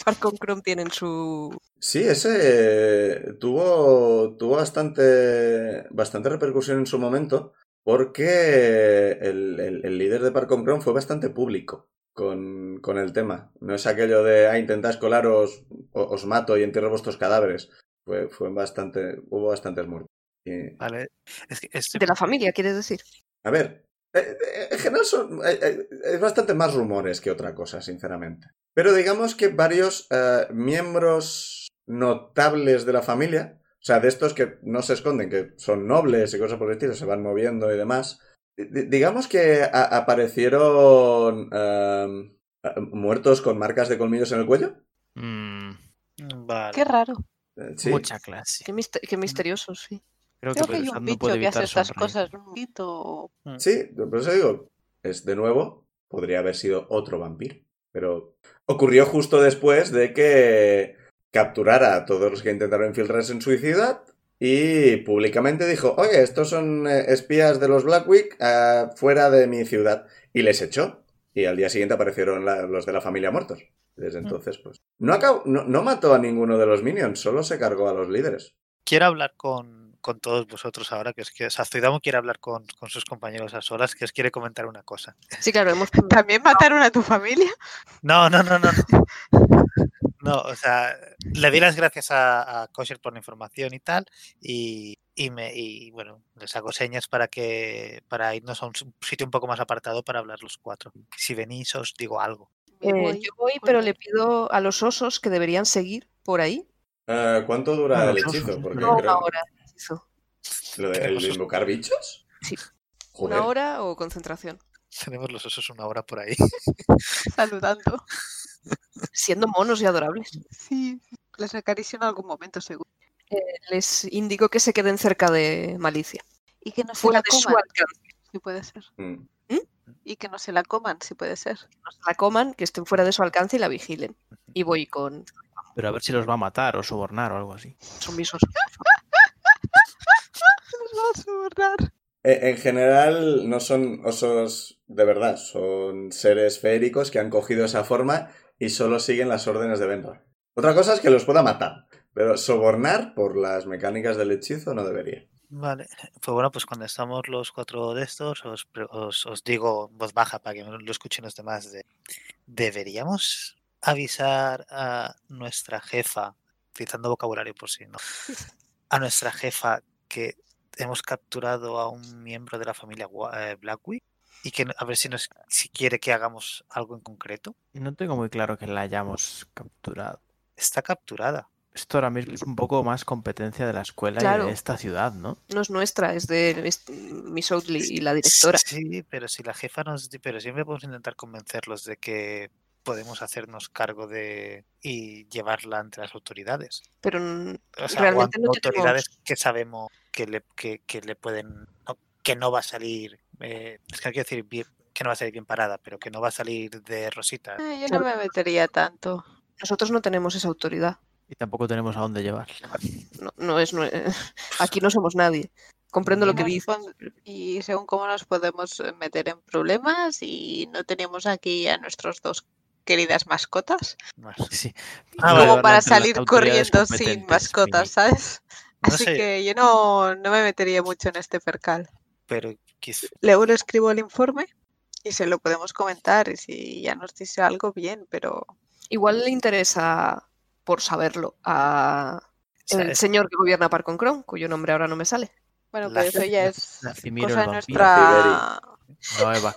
Speaker 4: Parcom Chrome tienen su.
Speaker 1: Sí, ese eh, tuvo, tuvo bastante, bastante repercusión en su momento porque el, el- el líder de Parcom Chrome fue bastante público con, con el tema. No es aquello de, ah, intentad colaros, o- os mato y entierro vuestros cadáveres. Fue, fue bastante, hubo bastantes muertes. Y-
Speaker 6: Vale. Es que estoy-
Speaker 4: de la familia, quieres decir.
Speaker 1: a ver, eh, eh, en general son, eh, eh, es bastante más rumores que otra cosa, sinceramente. Pero digamos que varios eh, miembros notables de la familia, o sea, de estos que no se esconden, que son nobles y cosas por el estilo, se van moviendo y demás, di- di- digamos que a- aparecieron em, eh, muertos con marcas de colmillos en el cuello.
Speaker 3: Mm,
Speaker 6: Mm, Vale.
Speaker 2: qué raro.
Speaker 1: Eh, sí.
Speaker 3: Mucha clase.
Speaker 4: Qué, mister- qué misterioso, sí.
Speaker 3: Creo que,
Speaker 2: Creo que hay
Speaker 3: Perusat
Speaker 2: un
Speaker 3: no puede
Speaker 2: bicho que hace
Speaker 3: evitar ¿eh?
Speaker 2: estas
Speaker 3: sonreír.
Speaker 2: cosas. Un mito.
Speaker 1: Sí, por eso digo, es de nuevo, podría haber sido otro vampiro, pero ocurrió justo después de que capturara a todos los que intentaron infiltrarse en su ciudad y públicamente dijo, oye, estos son eh, espías de los Blackwick ah, fuera de mi ciudad y les echó. Y al día siguiente aparecieron la- los de la familia muertos. Desde entonces, pues... No, acabó- no, no mató a ninguno de los minions, solo se cargó a los líderes.
Speaker 6: Quiero hablar con, con todos vosotros ahora, que es que o sea, Zoidamo quiere hablar con, con sus compañeros a solas, que os quiere comentar una cosa.
Speaker 4: Sí, claro, hemos.
Speaker 2: ¿También mataron a tu familia?
Speaker 6: No, no, no, no. no. No, o sea, le di las gracias a, a Kosher por la información y tal, y, y me y bueno, les hago señas para que para irnos a un s- sitio un poco más apartado para hablar los cuatro. Si venís os digo algo.
Speaker 2: Me
Speaker 4: Eh,
Speaker 2: voy.
Speaker 4: yo voy, pero le pido a los osos que deberían seguir por ahí.
Speaker 1: Ah, ¿Cuánto dura
Speaker 3: Ah,
Speaker 1: el
Speaker 3: los osos,
Speaker 1: hechizo?
Speaker 3: ¿no?
Speaker 1: Porque
Speaker 3: Yo
Speaker 4: No, una
Speaker 1: creo-
Speaker 4: hora. eso.
Speaker 1: ¿Lo de el de invocar bichos?
Speaker 4: Sí.
Speaker 1: Joder.
Speaker 4: Una hora o concentración.
Speaker 6: Tenemos los osos una hora por ahí.
Speaker 2: Saludando.
Speaker 4: Siendo monos y adorables.
Speaker 2: Sí, les acaricio en algún momento, seguro.
Speaker 4: Les indico que se queden cerca de Malicia.
Speaker 2: Y que no se
Speaker 4: fuera
Speaker 2: la
Speaker 4: de su
Speaker 2: coman,
Speaker 4: alcance.
Speaker 2: si puede ser.
Speaker 1: Mm.
Speaker 2: Y que no se la coman, si puede ser.
Speaker 4: No se la coman, que estén fuera de su alcance y la vigilen. Y voy con
Speaker 3: Pero a ver si los va a matar o sobornar o algo así.
Speaker 4: sumisos.
Speaker 2: Los va a sobornar.
Speaker 1: Eh, En general no son osos de verdad, son seres feéricos que han cogido esa forma y solo siguen las órdenes de Benra. Otra cosa es que los pueda matar, pero sobornar por las mecánicas del hechizo no debería.
Speaker 6: Vale, pues bueno, pues cuando estamos los cuatro de estos, os, pre- os, os digo en voz baja para que no lo escuchen los demás. de- Deberíamos avisar a nuestra jefa, utilizando vocabulario por si no, a nuestra jefa que hemos capturado a un miembro de la familia Wa- eh, Blackwick y que no- a ver si, nos, si quiere que hagamos algo en concreto.
Speaker 3: No tengo muy claro que la hayamos capturado.
Speaker 6: Está capturada.
Speaker 3: Esto ahora mismo es un poco más competencia de la escuela y
Speaker 4: Claro.
Speaker 3: de esta ciudad, ¿no?
Speaker 4: No es nuestra, es de es Miss Oatley y la directora.
Speaker 6: Sí, pero si la jefa nos... di- Pero siempre podemos intentar convencerlos de que podemos hacernos cargo de... y llevarla ante las autoridades.
Speaker 4: Pero mm,
Speaker 6: O sea, o
Speaker 4: Realmente
Speaker 6: ante
Speaker 4: no
Speaker 6: autoridades que sabemos que le, que, que le pueden... no, que no va a salir... eh, es que no quiero decir bien- que no va a salir bien parada, pero que no va a salir de rosita.
Speaker 4: Ah.
Speaker 2: Eh, yo no me metería tanto.
Speaker 4: nosotros no tenemos esa autoridad.
Speaker 3: Y tampoco tenemos a dónde llevar.
Speaker 4: No, no es nue- Aquí no somos nadie. Comprendo lo que
Speaker 2: Nos
Speaker 4: dice.
Speaker 2: pon- Y según cómo nos podemos eh, meter en problemas y no tenemos aquí a nuestros dos queridas mascotas,
Speaker 6: Más.
Speaker 3: Sí.
Speaker 6: Ah, vale,
Speaker 2: como
Speaker 6: vale,
Speaker 2: para
Speaker 3: Ante las
Speaker 2: salir
Speaker 3: autoridades
Speaker 2: corriendo sin
Speaker 3: competentes,
Speaker 2: mascotas,
Speaker 3: sí.
Speaker 2: ¿sabes?
Speaker 6: No
Speaker 2: Así
Speaker 6: sé,
Speaker 2: que yo no, no me metería mucho en este percal.
Speaker 6: pero quiz-
Speaker 2: Luego le escribo el informe y se lo podemos comentar y si ya nos dice algo, bien, pero
Speaker 4: Igual le interesa, por saberlo, a
Speaker 6: o sea,
Speaker 4: el
Speaker 6: es-
Speaker 4: señor que gobierna Parcon Crown, cuyo nombre ahora no me sale.
Speaker 2: bueno,
Speaker 6: La
Speaker 2: pero eso ya es
Speaker 3: Nacimiro
Speaker 2: cosa
Speaker 3: el vampiro.
Speaker 2: nuestra...
Speaker 3: No, Eva,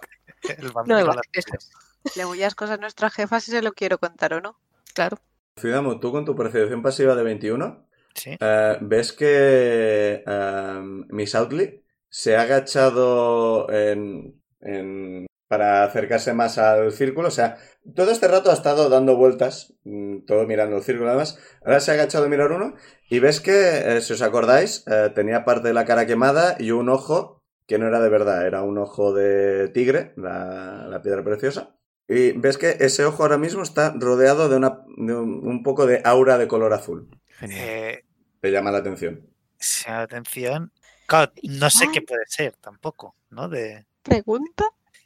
Speaker 6: el vampiro
Speaker 4: Eva,
Speaker 6: la-
Speaker 4: eso es.
Speaker 2: Luego ya es cosa nuestra jefa si se lo quiero contar o no.
Speaker 4: Claro.
Speaker 1: Ciudadamo, tú con tu percepción pasiva de 21,
Speaker 6: Sí,
Speaker 1: Eh, ves que em, Miss Outley se ha agachado en- en- para acercarse más al círculo. O sea, todo este rato ha estado dando vueltas, mm, todo mirando el círculo además. Ahora se ha agachado a mirar uno y ves que, eh, si os acordáis, eh, tenía parte de la cara quemada y un ojo que no era de verdad, era un ojo de tigre, la, la piedra preciosa. Y ves que ese ojo ahora mismo está rodeado de, una, de un- un poco de aura de color azul.
Speaker 3: genial.
Speaker 6: eh,
Speaker 1: Te llama la atención.
Speaker 6: se llama la atención. Claro, no sé qué puede ser tampoco, ¿no? De...
Speaker 2: ¿Pregunta?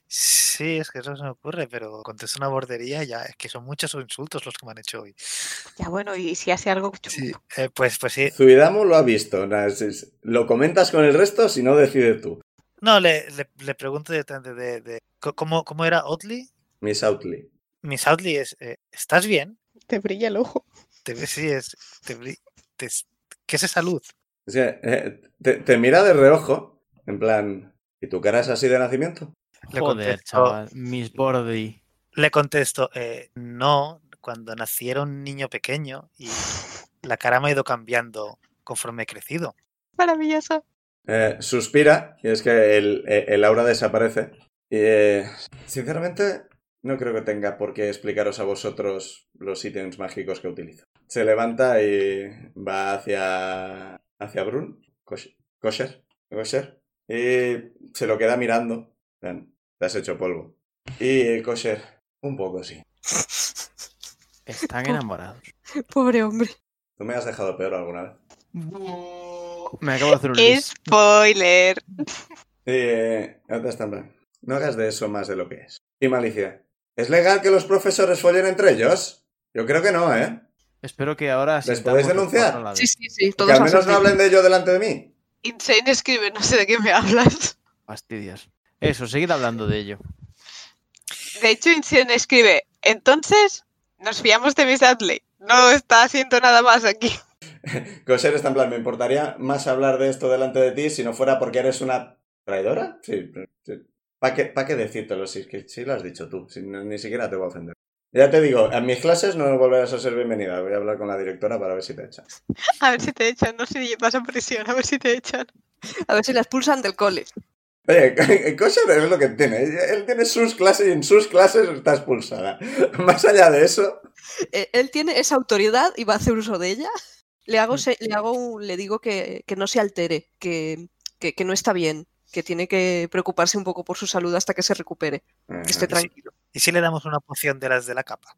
Speaker 6: Sí, es que eso se me ocurre, pero contesto una bordería ya, es que son muchos insultos los que me han hecho hoy.
Speaker 2: Ya bueno, y si hace algo...
Speaker 6: Sí, eh, pues, pues sí.
Speaker 1: Zuidamo lo ha visto. na- si- si- Lo comentas con el resto, si no, decide tú.
Speaker 6: No, le, le, le pregunto directamente de, de co- ¿cómo, cómo era Otley.
Speaker 1: Miss Outley.
Speaker 6: Miss Otley es, eh, ¿estás bien?
Speaker 2: Te brilla el ojo.
Speaker 6: Te, ve- sí, es, te bri- te es- ¿qué es esa luz?
Speaker 1: O sea, eh, te, te mira de reojo, en plan, ¿y tu cara es así de nacimiento?
Speaker 6: le
Speaker 3: Joder,
Speaker 6: contesto-
Speaker 3: chaval. Miss Bordy.
Speaker 6: Le contesto, eh, no, cuando nací era un niño pequeño y la cara me ha ido cambiando conforme he crecido.
Speaker 2: Maravilloso.
Speaker 1: Eh, suspira, y es que el, eh, el aura desaparece. Y, eh, sinceramente, no creo que tenga por qué explicaros a vosotros los ítems mágicos que utilizo. Se levanta y va hacia, hacia Brun, Kosh- Kosher, Kosher, y se lo queda mirando. En plan, Te has hecho polvo. Y eh, Kosher, un poco sí.
Speaker 3: Están enamorados.
Speaker 4: Pobre hombre.
Speaker 1: Tú me has dejado peor alguna vez.
Speaker 3: Me acabo de hacer un lis.
Speaker 2: Spoiler.
Speaker 1: Y eh, ahora está en plan, No hagas de eso más de lo que es. Y malicia. ¿Es legal que los profesores follen entre ellos? Yo creo que no, ¿eh?
Speaker 3: Espero que ahora.
Speaker 1: ¿Les
Speaker 3: sintamos
Speaker 1: podéis
Speaker 3: los
Speaker 1: denunciar?
Speaker 3: cuatro a la
Speaker 4: Sí,
Speaker 3: vez.
Speaker 4: sí, sí.
Speaker 1: Que
Speaker 4: Todos
Speaker 1: al menos
Speaker 4: hacen-
Speaker 1: no hablen de ello delante de mí.
Speaker 2: Insane escribe, no sé de qué me hablas.
Speaker 3: Fastidias. Eso, seguid hablando de ello.
Speaker 2: De hecho, Insane escribe, entonces nos fiamos de Miss Adley. No está haciendo nada más aquí.
Speaker 1: Kosher está en plan, me importaría más hablar de esto delante de ti si no fuera porque eres una traidora. Sí. ¿Para qué, pa' qué decírtelo? Si, es que, si lo has dicho tú, si no- ni siquiera te voy a ofender. Ya te digo, en mis clases no volverás a ser bienvenida. Voy a hablar con la directora para ver si te echa.
Speaker 2: A ver si te echan, no sé si vas a prisión, a ver si te echan.
Speaker 4: A ver si la expulsan del cole.
Speaker 1: Oye, Kosher es lo que tiene. Él tiene sus clases y en sus clases está expulsada. Más allá de eso,
Speaker 4: Eh, Él tiene esa autoridad Mm. y va a hacer uso de ella. Le hago, se- le hago, un- le digo que, que no se altere, que que, que no está bien, que tiene que preocuparse un poco por su salud hasta que se recupere,
Speaker 1: Ajá.
Speaker 4: que esté tranquilo.
Speaker 6: ¿Y si le damos una poción de las de la capa?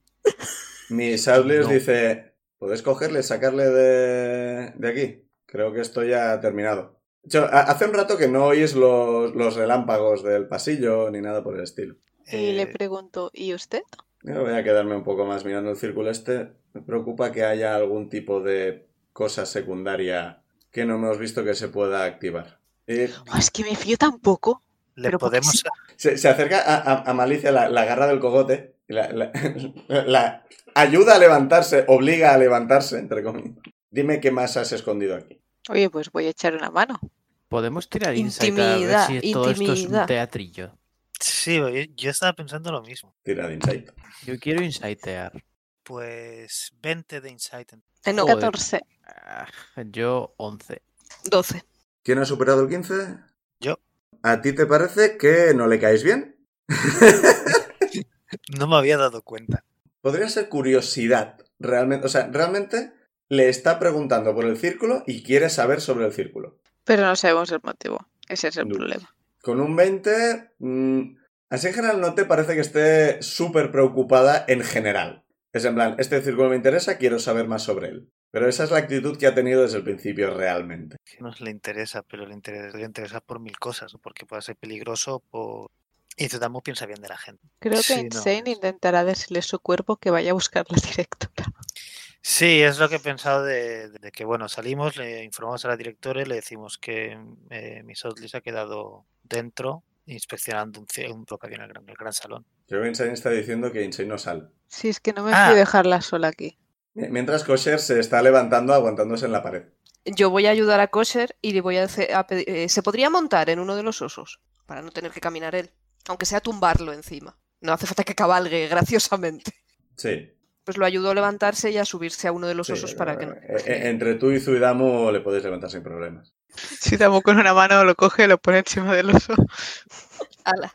Speaker 1: Mi Saulius
Speaker 3: No.
Speaker 1: dice, ¿podés cogerle, sacarle de, de aquí? Creo que esto ya ha terminado. De hecho, ha- hace un rato que no oís los, los relámpagos del pasillo ni nada por el estilo.
Speaker 2: Y
Speaker 6: Eh,
Speaker 2: le pregunto, ¿y usted?
Speaker 1: Yo voy a quedarme un poco más mirando el círculo este. Me preocupa que haya algún tipo de cosa secundaria que no hemos visto que se pueda activar. Eh,
Speaker 2: Oh, es que me fío tampoco.
Speaker 6: le
Speaker 4: pero porque
Speaker 6: podemos...
Speaker 4: sí.
Speaker 1: se, se acerca a, a- a Malicia, la, la agarra del cogote, y la, la- la ayuda a levantarse, obliga a levantarse, entre comillas. Dime qué más has escondido aquí.
Speaker 2: Oye, pues voy a echar una mano.
Speaker 3: Podemos tirar insight a ver
Speaker 4: Intimidad,
Speaker 3: si todo esto es un
Speaker 4: intimidad.
Speaker 3: teatrillo.
Speaker 6: Sí, yo, yo estaba pensando lo mismo.
Speaker 1: Tira de insight.
Speaker 3: Yo quiero insightear.
Speaker 6: Pues 20 de insight.
Speaker 4: Eh, no,
Speaker 3: Joder.
Speaker 2: 14.
Speaker 3: Ah, Yo 11.
Speaker 4: 12.
Speaker 1: ¿Quién ha superado el 15?
Speaker 6: Yo.
Speaker 1: ¿A ti te parece que no le caes bien?
Speaker 6: No me había dado cuenta.
Speaker 1: Podría ser curiosidad, realmente. O sea, realmente le está preguntando por el círculo y quiere saber sobre el círculo.
Speaker 2: Pero no sabemos el motivo. Ese es el
Speaker 1: No.
Speaker 2: problema.
Speaker 1: Con un 20, mm, así en general no te parece que esté súper preocupada en general. Es en plan, este círculo me interesa, quiero saber más sobre él. Pero esa es la actitud que ha tenido desde el principio realmente.
Speaker 6: Que no le interesa, pero le interesa, le interesa por mil cosas. Porque puede ser peligroso por... Y Zudamu piensa bien de la gente.
Speaker 2: Creo que
Speaker 6: Sí, no.
Speaker 2: Insane intentará decirle a su cuerpo que vaya a buscar la directora.
Speaker 6: Sí, es lo que he pensado de, de que, bueno, salimos, le informamos a la directora y le decimos que eh, Miss Otley se ha quedado dentro inspeccionando un, cie- un lo que había en el gran, el gran salón.
Speaker 1: Creo que Insane está diciendo que Insane no sale.
Speaker 2: Si es que no me
Speaker 6: Ah.
Speaker 2: fío dejarla sola aquí.
Speaker 1: M- Mientras Kosher se está levantando aguantándose en la pared.
Speaker 4: Yo voy a ayudar a Kosher y le voy a, hacer- a pedir... eh, ¿Se podría montar en uno de los osos? Para no tener que caminar él. Aunque sea tumbarlo encima. No hace falta que cabalgue graciosamente.
Speaker 1: Sí,
Speaker 4: Pues lo ayudó a levantarse y a subirse a uno de los
Speaker 1: Sí,
Speaker 4: osos para que no...
Speaker 1: eh, eh, entre tú y Zuidamu le podéis levantar sin problemas.
Speaker 2: Si damos con una mano lo coge y lo pone encima del oso.
Speaker 4: Ala.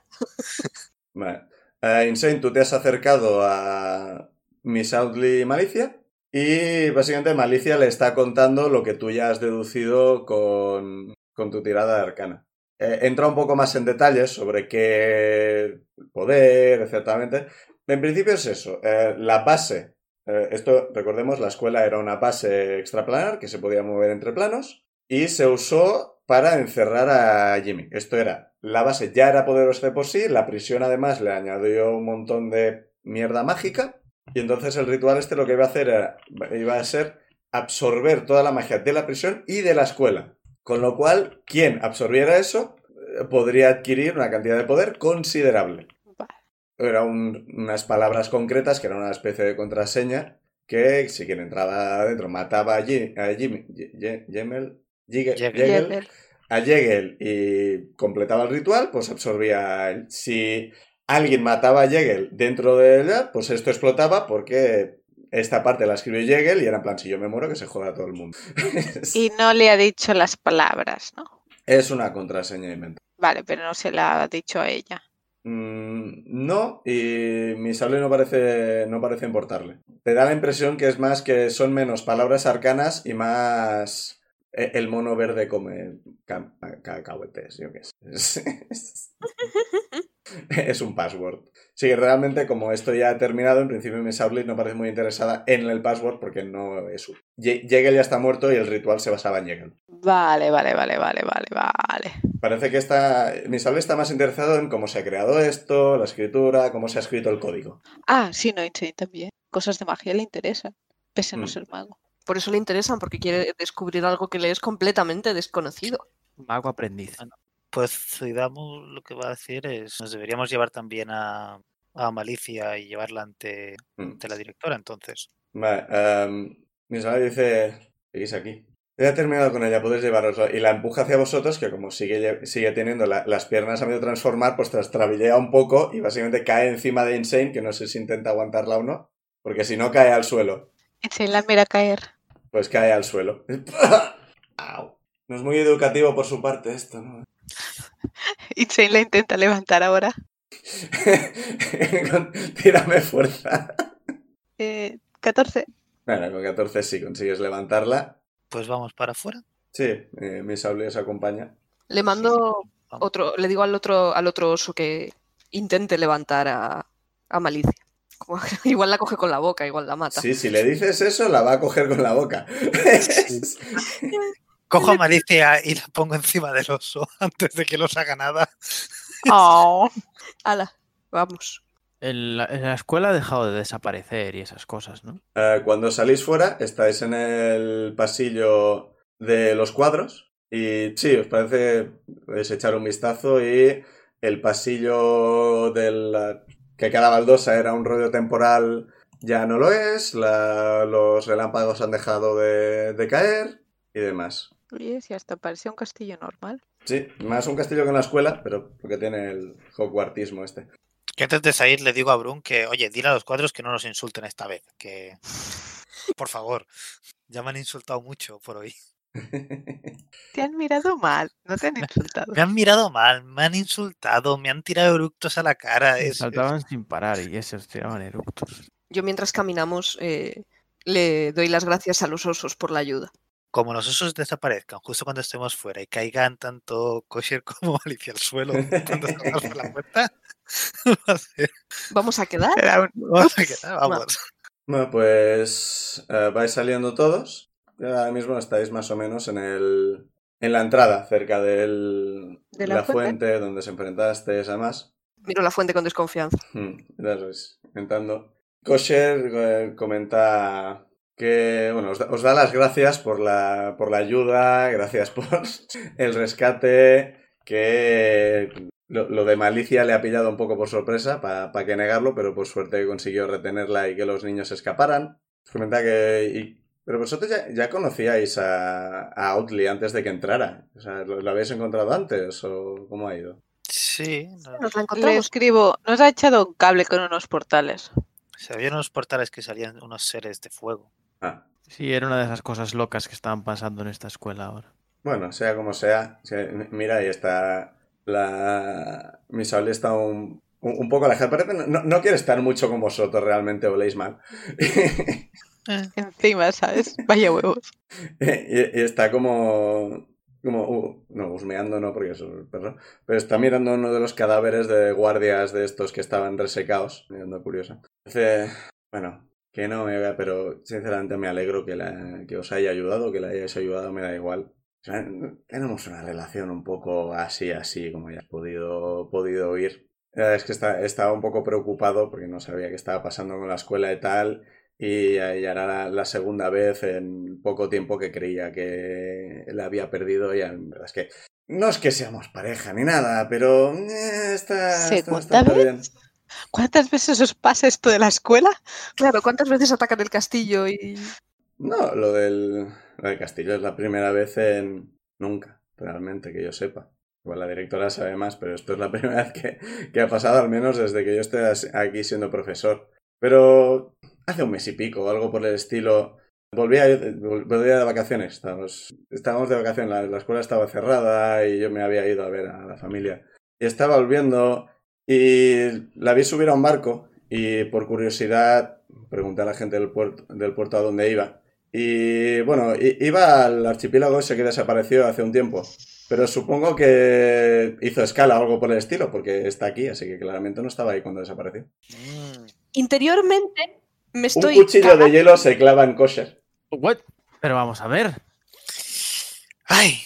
Speaker 1: Vale. Eh, Insane, tú te has acercado a Miss Outly Malicia y básicamente Malicia le está contando lo que tú ya has deducido con, con tu tirada arcana. Eh, entra un poco más en detalles sobre qué poder, exactamente. En principio es eso, eh, la base. eh, esto, recordemos, la escuela era una base extraplanar que se podía mover entre planos y se usó para encerrar a Jimmy. Esto era, la base ya era poderosa de por sí, la prisión además le añadió un montón de mierda mágica y entonces el ritual este lo que iba a hacer era, iba a ser absorber toda la magia de la prisión y de la escuela. Con lo cual, quien absorbiera eso eh, podría adquirir una cantidad de poder considerable
Speaker 2: Vale.
Speaker 1: era un- unas palabras concretas que era una especie de contraseña que si quien entraba adentro mataba a, Ji- a Jimmy, Ye- Ye- Yemel, Jige-
Speaker 6: Yegel.
Speaker 1: Yegel,
Speaker 2: Yegel.
Speaker 1: a Yegel y completaba el ritual, pues absorbía a él. Si alguien mataba a Yegel dentro de ella, pues esto explotaba porque esta parte la escribió Yegel y era en plan, si yo me muero, que se joda a todo el mundo.
Speaker 2: Y no le ha dicho las palabras, ¿no?
Speaker 1: es una contraseña inventada.
Speaker 2: Vale, pero no se la ha dicho a ella.
Speaker 1: Mm, no, y mi sable no parece, no parece importarle. Te da la impresión que es más que son menos palabras arcanas y más eh, el mono verde come ca- ca- cacahuetes, yo qué sé. Es un password. Sí, realmente como esto ya ha terminado, en principio mi sable no parece muy interesada en el password porque no es útil. Ye- Yegel ya está muerto y el ritual se basaba en Yegel.
Speaker 2: Vale, vale, vale, vale, vale, vale.
Speaker 1: Parece que está, mi sable está más interesado en cómo se ha creado esto, la escritura, cómo se ha escrito el código.
Speaker 2: Ah, sí, no, Insane también. Cosas de magia le interesan, pese a no
Speaker 1: Mm.
Speaker 2: ser mago.
Speaker 4: Por eso le interesan, porque quiere descubrir algo que le es completamente desconocido.
Speaker 3: Mago aprendiz.
Speaker 6: Pues Zuidamu lo que va a decir es, nos deberíamos llevar también a, a Malicia y llevarla ante,
Speaker 1: Mm.
Speaker 6: ante la directora, entonces.
Speaker 1: Vale, em, mi señora dice, seguís aquí. Ya he terminado con ella, podéis llevarosla. Y la empuja hacia vosotros, que como sigue, lle- sigue teniendo la- las piernas a medio transformar, pues trastrabillea un poco y básicamente cae encima de Insane, que no sé si intenta aguantarla o no, porque si no cae al suelo,
Speaker 2: Insane la mira caer.
Speaker 1: pues cae al suelo. Au. No es muy educativo por su parte esto, ¿no?
Speaker 2: Insane la intenta levantar ahora.
Speaker 1: Con- Tírame fuerza.
Speaker 2: Eh, 14.
Speaker 1: Bueno, con 14 sí consigues levantarla.
Speaker 6: Pues vamos para afuera.
Speaker 1: Sí, eh, mi sable os acompaña.
Speaker 4: Le mando
Speaker 6: Vamos.
Speaker 4: otro, le digo al otro, al otro oso que intente levantar a, a Malicia. Como- igual la coge con la boca, igual la mata.
Speaker 1: Sí, si le dices eso, la va a coger con la boca.
Speaker 6: Cojo a Malicia y la pongo encima del oso antes de que los haga nada.
Speaker 2: Oh,
Speaker 4: Ala, vamos.
Speaker 3: En la, en la escuela ha dejado de desaparecer y esas cosas, ¿no?
Speaker 1: Eh, cuando salís fuera, estáis en el pasillo de los cuadros. Y sí, os parece, podéis echar un vistazo y el pasillo de la- que cada baldosa era un rollo temporal ya no lo es, la- los relámpagos han dejado de, de caer y demás.
Speaker 2: oye, si hasta parecía un castillo normal.
Speaker 1: Sí, más un castillo que una escuela, pero porque tiene el hogwartismo este.
Speaker 6: Que antes de salir le digo a Brun que, oye, dile a los cuadros que no nos insulten esta vez. Que, por favor, ya me han insultado mucho por hoy.
Speaker 2: Te han mirado mal, no te han insultado.
Speaker 6: Me han mirado mal, me han insultado, me han tirado eructos a la cara. Es, es-
Speaker 3: Saltaban sin parar y esos tiraban eructos.
Speaker 4: Yo mientras caminamos eh, le doy las gracias a los osos por la ayuda.
Speaker 6: como los osos desaparezcan justo cuando estemos fuera y caigan tanto kosher como Alicia al suelo cuando salgamos por la puerta, va a ser-
Speaker 4: Vamos a quedar.
Speaker 2: Era un-
Speaker 6: vamos a quedar, vamos.
Speaker 1: Bueno, pues eh, vais saliendo todos. Ahora mismo estáis más o menos en el en la entrada, cerca del,
Speaker 2: ¿De la fuente?
Speaker 1: donde se enfrentasteis, además.
Speaker 4: Miro la fuente con desconfianza.
Speaker 1: Hmm, entonces, comentando. Kosher eh, comenta que, bueno, os da, os da las gracias por la, por la ayuda, gracias por el rescate, que lo, lo de malicia le ha pillado un poco por sorpresa, para que negarlo, pero por suerte consiguió retenerla y que los niños escaparan. Os comenta que... y- pero vosotros ya, ya conocíais a, a Outly antes de que entrara. O sea, ¿lo, lo habéis encontrado antes o cómo ha ido?
Speaker 6: Sí, no-
Speaker 4: Nos la
Speaker 2: Le
Speaker 4: encontramos.
Speaker 2: escribo, nos ha echado un cable con unos portales.
Speaker 6: se habían unos portales que salían unos seres de fuego.
Speaker 1: Ah.
Speaker 3: Sí, era una de esas cosas locas que estaban pasando en esta escuela ahora.
Speaker 1: Bueno, sea como sea, se- m- mira, ahí está la... Mi sable está un, un, un poco alejada. Parece, no, no quiere estar mucho con vosotros realmente, oléis mal.
Speaker 2: Encima, ¿sabes? Vaya huevos.
Speaker 1: y, y está como... como uh, no, husmeando no, porque es un perro. Pero está mirando uno de los cadáveres de guardias de estos que estaban resecados. Mirando curiosa. Dice, bueno, que no me vea, pero sinceramente me alegro que, la, que os haya ayudado, que la hayáis ayudado, me da igual. O sea, tenemos una relación un poco así, así, como ya has podido, podido oír. Eh, Es que está- estaba un poco preocupado porque no sabía qué estaba pasando con la escuela y tal. Y ya ya era la, la segunda vez en poco tiempo que creía que la había perdido. Y en verdad es que no es que seamos pareja ni nada, pero eh, está, está, está
Speaker 2: ¿Segunda
Speaker 1: todo
Speaker 2: vez?
Speaker 1: bien.
Speaker 2: ¿Cuántas veces os pasa esto de la escuela?
Speaker 4: Claro, ¿cuántas veces atacan el castillo y
Speaker 1: No, lo del, lo del castillo es la primera vez en nunca, realmente, que yo sepa. Igual la directora sabe más, pero esto es la primera vez que, que ha pasado, al menos desde que yo estoy as- aquí siendo profesor. Pero hace un mes y pico, o algo por el estilo. Volví, a, vol- volví de vacaciones, estábamos, estábamos de vacaciones, la, la escuela estaba cerrada y yo me había ido a ver a la familia. Y estaba volviendo y la vi subir a un barco y por curiosidad pregunté a la gente del puerto, del puerto a dónde iba. Y bueno, i- iba al archipiélago ese que desapareció hace un tiempo. Pero supongo que hizo escala o algo por el estilo, porque está aquí, así que claramente no estaba ahí cuando desapareció.
Speaker 6: Mm,
Speaker 4: interiormente me estoy
Speaker 1: Un cuchillo
Speaker 4: cagando.
Speaker 1: de hielo se clava en kosher.
Speaker 3: ¿What? Pero vamos a ver.
Speaker 6: ¡Ay!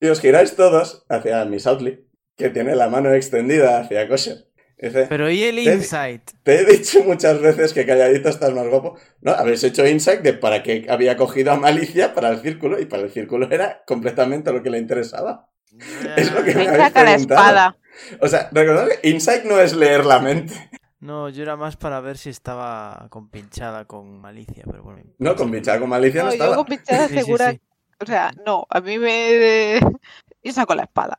Speaker 1: Y os giráis todos hacia Miss Outley, que tiene la mano extendida hacia kosher. Dice,
Speaker 3: Pero ¿y el
Speaker 1: Ted-
Speaker 3: insight?
Speaker 1: Te he dicho muchas veces que calladito estás más guapo. No, habéis hecho insight de para qué había cogido a Malicia para el círculo y para el círculo era completamente lo que le interesaba. Es lo que me
Speaker 2: Me
Speaker 1: habéis
Speaker 2: saca la
Speaker 1: preguntado.
Speaker 2: espada.
Speaker 1: O sea, recordad que insight no es leer la mente.
Speaker 3: No, yo era más para ver si estaba compinchada con malicia, pero bueno.
Speaker 1: No, con bichar con Malicia no,
Speaker 2: No, yo
Speaker 1: estaba.
Speaker 2: con pinchada
Speaker 3: Sí, sí,
Speaker 2: segura.
Speaker 3: sí.
Speaker 2: O sea, no, a mí me. Yo saco la espada.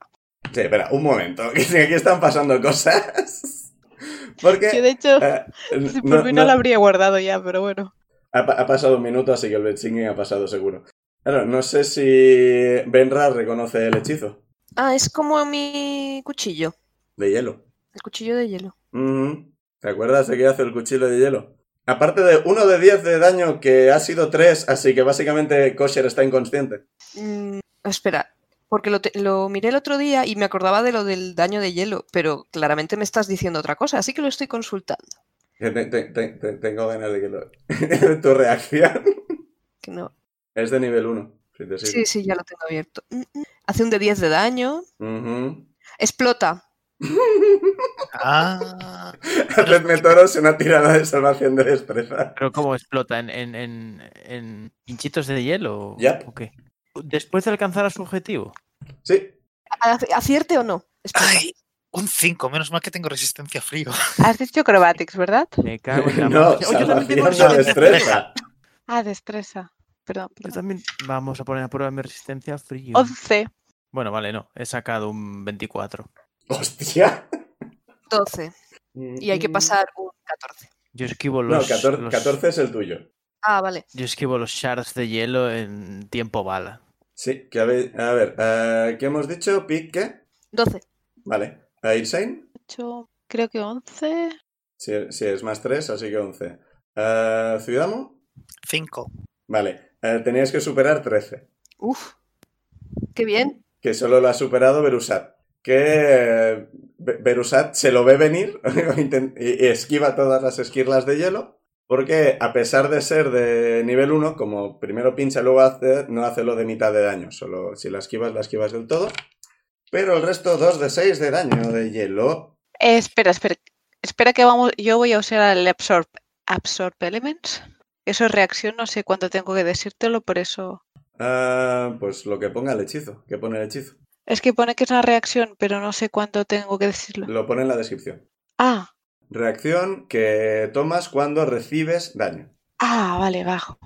Speaker 1: Sí, espera, un momento, que aquí están pasando cosas.
Speaker 2: Yo,
Speaker 1: Porque...
Speaker 2: de hecho,
Speaker 1: eh,
Speaker 2: si por
Speaker 1: no-
Speaker 2: mí no,
Speaker 1: no-
Speaker 2: la habría guardado ya, pero bueno.
Speaker 1: Ha, pa- ha pasado un minuto, así que el benchinging ha pasado seguro. Claro, no sé si Benra reconoce el hechizo
Speaker 4: Ah, es como mi cuchillo,
Speaker 1: de hielo.
Speaker 4: el cuchillo de hielo.
Speaker 1: Ujú. ¿Te acuerdas de que hace el cuchillo de hielo? Aparte de uno de 10 de daño, que ha sido 3, así que básicamente Kosher está inconsciente.
Speaker 4: Mm, espera, Porque lo, te- lo miré el otro día y me acordaba de lo del daño de hielo, pero claramente me estás diciendo otra cosa, así que lo estoy consultando.
Speaker 1: Que Eh, te- te- te- te- tengo ganas de que lo... tu reacción
Speaker 4: Que no.
Speaker 1: es de nivel 1. Si te sirve.
Speaker 4: Sí, sí, ya lo tengo abierto. Mm, mm. Hace un de 10 de daño.
Speaker 1: Ujú.
Speaker 4: Explota.
Speaker 6: Ah,
Speaker 1: Hacedme toros una tirada de salvación de destreza.
Speaker 3: Pero ¿cómo explota? ¿En, en, en, en hinchitos de hielo? o-
Speaker 1: Ya.
Speaker 3: ¿O qué? Después de alcanzar a su objetivo.
Speaker 1: Sí,
Speaker 4: A- ¿Acierte o no? Explota.
Speaker 6: ay, un 5, menos mal que tengo resistencia a frío.
Speaker 2: Has dicho acrobatics, ¿verdad?
Speaker 3: Me cago en la
Speaker 1: no,
Speaker 3: madre. Oh, yo también tengo
Speaker 1: salvación de
Speaker 3: resistencia.
Speaker 1: destreza.
Speaker 2: Ah, destreza. Perdón.
Speaker 3: Yo
Speaker 2: perdón.
Speaker 3: también vamos a poner a prueba mi resistencia a frío.
Speaker 2: 11.
Speaker 3: Bueno, vale, no. He sacado un 24.
Speaker 1: Hostia.
Speaker 4: 12. Y
Speaker 1: Mm.
Speaker 4: hay que pasar un 14.
Speaker 3: Yo esquivo
Speaker 1: No,
Speaker 3: Mm, los,
Speaker 1: 14,
Speaker 3: los-
Speaker 1: 14 es el tuyo.
Speaker 4: Ah, vale.
Speaker 3: yo esquivo los shards de hielo en tiempo bala.
Speaker 1: Sí, que habe- a ver, eh, ¿qué hemos dicho? Pique.
Speaker 4: 12.
Speaker 1: Vale. A Insane,
Speaker 2: 8. Creo que 11.
Speaker 1: si, si es más 3, así que 11. Eh, Ciudadamo,
Speaker 6: 5.
Speaker 1: vale. Eh, tenías que superar 13,
Speaker 4: Uf. Qué bien.
Speaker 1: que solo lo ha superado Berusat. Que eh, Be- Berusat se lo ve venir inten- y y esquiva todas las esquirlas de hielo. Porque a pesar de ser de nivel 1, como primero pincha y luego hace, no hace lo de mitad de daño. Solo si la esquivas, la esquivas del todo. Pero el resto, 2 de 6 de daño de hielo.
Speaker 2: Eh, espera, espera. Espera que vamos. Yo voy a usar el absorb, absorb elements. Eso es reacción, no sé cuánto tengo que decírtelo, por eso.
Speaker 1: Ah, pues lo que ponga el hechizo. que pone el hechizo?
Speaker 2: Es que pone que es una reacción, pero no sé cuánto tengo que decirlo.
Speaker 1: Lo pone en la descripción.
Speaker 2: Ah,
Speaker 1: Reacción que tomas cuando recibes daño.
Speaker 2: ah, vale, bajo.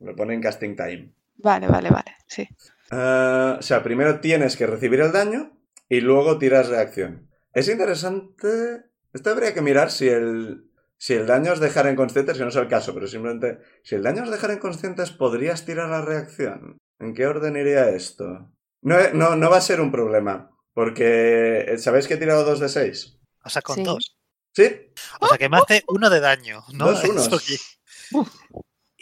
Speaker 1: Lo pone en casting time.
Speaker 2: Vale, vale, vale. Sí.
Speaker 1: Ah, o sea, primero tienes que recibir el daño y luego tiras reacción. Es interesante. Esto habría que mirar si el, si el daño es dejar inconscientes, que no es el caso, pero simplemente. Si el daño es dejar inconscientes, podrías tirar la reacción. ¿En qué orden iría esto? No, eh, no, no va a ser un problema, porque. eh, ¿Sabéis que he tirado 2 de 6?
Speaker 6: O sea, con
Speaker 4: Sí.
Speaker 6: 2.
Speaker 1: ¿Sí?
Speaker 6: O sea, que me hace 1 de daño, ¿no?
Speaker 1: Dos unos.
Speaker 6: Eso que-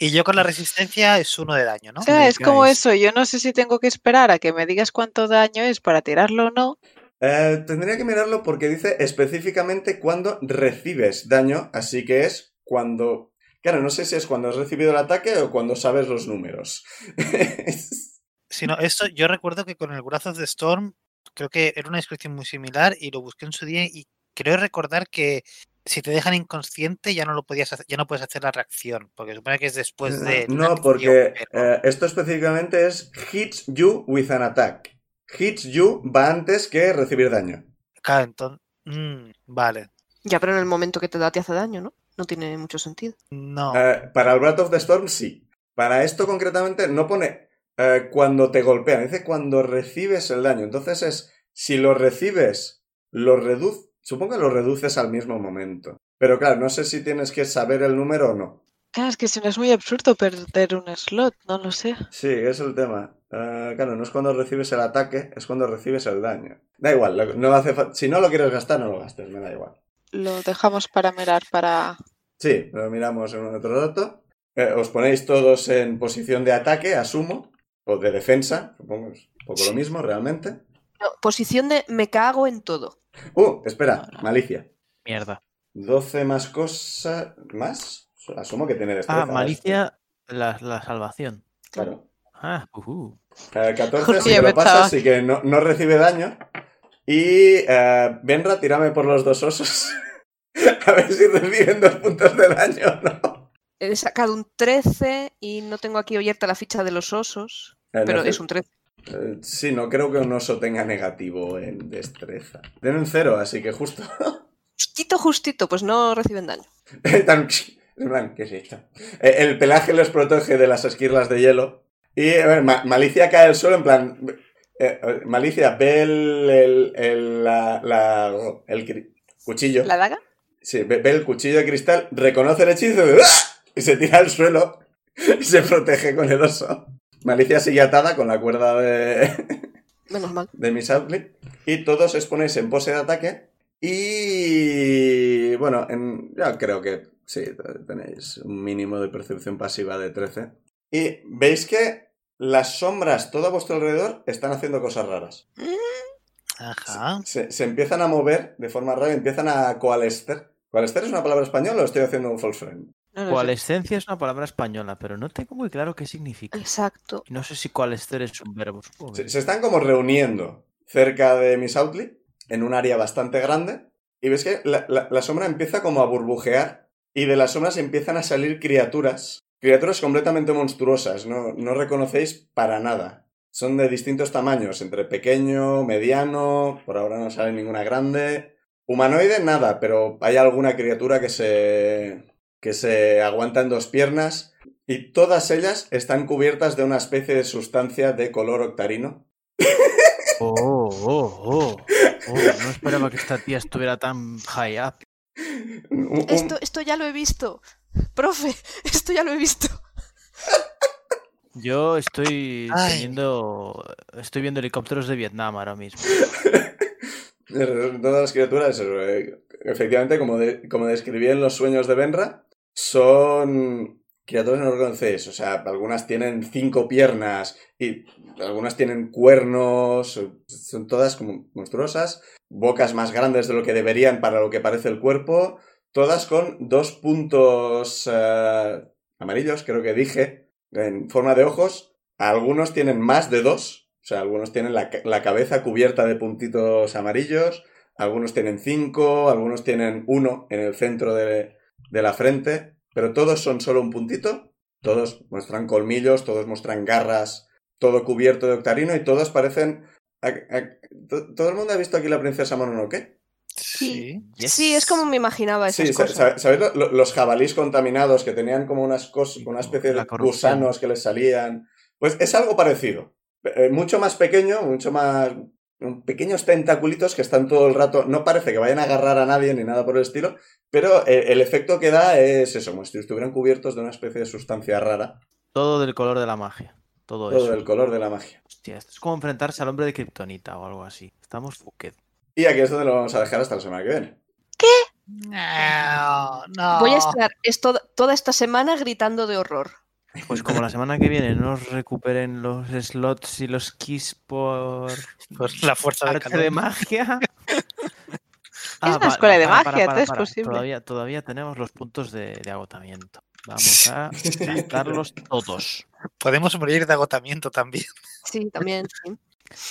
Speaker 6: Y yo con la resistencia es 1 de daño, ¿no?
Speaker 2: O sea,
Speaker 3: Me
Speaker 2: es como
Speaker 3: caes.
Speaker 2: eso. Yo no sé si tengo que esperar a que me digas cuánto daño es para tirarlo o no.
Speaker 1: Eh, tendría que mirarlo porque dice específicamente cuando recibes daño, así que es cuando... Claro, no sé si es cuando has recibido el ataque o cuando sabes los números.
Speaker 6: Pues Si no, esto yo recuerdo que con el Wrath of the Storm, creo que era una descripción muy similar y lo busqué en su día y creo recordar que si te dejan inconsciente ya no lo podías hacer- ya no puedes hacer la reacción, porque supone que es después de la
Speaker 1: Eh, no,
Speaker 6: acción,
Speaker 1: porque
Speaker 6: pero-
Speaker 1: eh, esto específicamente es hits you with an attack. Hits you va antes que recibir daño.
Speaker 6: Claro, entonces, mm, vale.
Speaker 4: Ya, pero en el momento que te da te hace daño, ¿no? No tiene mucho sentido.
Speaker 6: No,
Speaker 1: Eh, para el Wrath of the Storm sí. Para esto concretamente no pone eh, cuando te golpean, dice cuando recibes el daño. Entonces es, si lo recibes, lo reduces, supongo que lo reduces al mismo momento. Pero claro, no sé si tienes que saber el número o no.
Speaker 2: Claro, es que si no es muy absurdo perder un slot, no lo sé.
Speaker 1: Sí, es el tema. Eh, claro, no es cuando recibes el ataque, es cuando recibes el daño. Da igual, lo- no hace fa- si no lo quieres gastar, no lo gastes, me da igual.
Speaker 2: Lo dejamos para mirar para.
Speaker 1: Sí, lo miramos en un otro rato. Eh, os ponéis todos en posición de ataque, asumo, o de defensa, supongo, es un poco lo mismo realmente.
Speaker 4: No, posición de me cago en todo.
Speaker 1: Uh, espera, malicia.
Speaker 3: Mierda.
Speaker 1: 12 más cosa, más. Asumo que tiene destreza.
Speaker 3: Ah,
Speaker 1: ¿no?
Speaker 3: malicia, la, la salvación.
Speaker 1: Claro.
Speaker 3: Ah, ujú.
Speaker 1: Eh, 14 si
Speaker 2: Hostia,
Speaker 1: lo
Speaker 2: pensaba
Speaker 1: pasas, así que no, no recibe daño. Y eh, Benra, tírame por los dos osos. A ver si reciben dos puntos de daño o no.
Speaker 4: He sacado un 13 y no tengo aquí abierta la ficha de los osos,
Speaker 1: Eh,
Speaker 4: pero
Speaker 1: no sé.
Speaker 4: es un 13.
Speaker 1: Eh, sí, no creo que un oso tenga negativo en destreza. Tiene un cero, así que justo.
Speaker 4: Justito, justito, pues no reciben daño.
Speaker 1: Eh, Tan- en plan, ¿Qué es esto? Eh, El pelaje les protege de las esquirlas de hielo. Y a ver, Ma- Malicia cae al suelo en plan. eh, eh, Malicia ve el, el- el- la- la- el cri- cuchillo.
Speaker 2: ¿La daga?
Speaker 1: Sí, ve, ve el cuchillo de cristal, reconoce el hechizo de ¡Ah! y se tira al suelo y se protege con el oso. Malicia sigue atada con la cuerda de,
Speaker 4: Menos mal.
Speaker 1: de Miss Outlet. Y todos os ponéis en pose de ataque. Y bueno, en- yo creo que sí, tenéis un mínimo de percepción pasiva de 13. Y veis que Las sombras todo a vuestro alrededor están haciendo cosas raras.
Speaker 6: Ajá.
Speaker 1: Se, se empiezan a mover de forma rara, empiezan a coalescer. ¿Coalescer es una palabra española o estoy haciendo un false friend?
Speaker 4: No lo sé.
Speaker 3: Coalescencia es una palabra española, pero no tengo muy claro qué significa.
Speaker 4: Exacto.
Speaker 3: Y No sé si coalescer es un verbo. supongo que
Speaker 1: Se, se están como reuniendo cerca de Miss Outly, en un área bastante grande, y ves que la, la- la sombra empieza como a burbujear, y de las sombras empiezan a salir criaturas, criaturas completamente monstruosas, no, no reconocéis para nada. Son de distintos tamaños, entre pequeño, mediano, por ahora no sale ninguna grande. Humanoide, nada, pero hay alguna criatura que se. que se aguanta en dos piernas. Y todas ellas están cubiertas de una especie de sustancia de color octarino.
Speaker 3: Oh, oh, oh, oh, No esperaba que esta tía estuviera tan high up.
Speaker 1: Un- un-
Speaker 4: Esto, esto ya lo he visto. Profe, esto ya lo he visto.
Speaker 3: Yo estoy
Speaker 6: Ay.
Speaker 3: teniendo. Estoy viendo helicópteros de Vietnam ahora mismo.
Speaker 1: Todas las criaturas, eh, efectivamente, como, de- como describí en los sueños de Benra, son criaturas no reconocéis. O sea, algunas tienen cinco piernas y algunas tienen cuernos. Son todas como monstruosas. Bocas más grandes de lo que deberían para lo que parece el cuerpo. Todas con dos puntos eh, amarillos, creo que dije, en forma de ojos. Algunos tienen más de dos. O sea, algunos tienen la, ca- la cabeza cubierta de puntitos amarillos. Algunos tienen cinco. Algunos tienen uno en el centro de, de la frente. Pero todos son solo un puntito. Todos muestran colmillos, todos muestran garras, todo cubierto de octarino y todos parecen... a- a- to- ¿Todo el mundo ha visto aquí la princesa Mononoke?
Speaker 6: Sí.
Speaker 4: Sí, es como me imaginaba esas
Speaker 1: Sí, sa-
Speaker 4: cosas.
Speaker 1: sa- ¿sabéis lo- lo- los jabalís contaminados que tenían como unas cosas, una especie de
Speaker 3: La corrupción.
Speaker 1: gusanos que les salían? Pues es algo parecido. Eh, mucho más pequeño, mucho más. Pequeños tentaculitos que están todo el rato. No parece que vayan a agarrar a nadie ni nada por el estilo, pero eh, el efecto que da es eso, como si estuvieran cubiertos de una especie de sustancia rara.
Speaker 3: Todo del color de la magia. Todo,
Speaker 1: Todo
Speaker 3: eso.
Speaker 1: el color de la magia.
Speaker 3: Hostia, esto es como enfrentarse al hombre de Kryptonita o algo así. Estamos fucked.
Speaker 1: Y aquí es donde lo vamos a dejar hasta la semana que viene.
Speaker 6: No, no.
Speaker 4: Voy a estar esto- toda esta semana gritando de horror.
Speaker 3: Pues como la semana que viene nos recuperen los slots y los keys por
Speaker 6: Por la fuerza de
Speaker 3: arte
Speaker 6: calor.
Speaker 3: de magia. Ah,
Speaker 2: una
Speaker 3: va-
Speaker 2: escuela de
Speaker 3: para,
Speaker 2: magia, todo es posible.
Speaker 3: Todavía, todavía tenemos los puntos de, de agotamiento. Vamos a gastarlos todos.
Speaker 6: Podemos morir de agotamiento también.
Speaker 4: Sí, también. sí.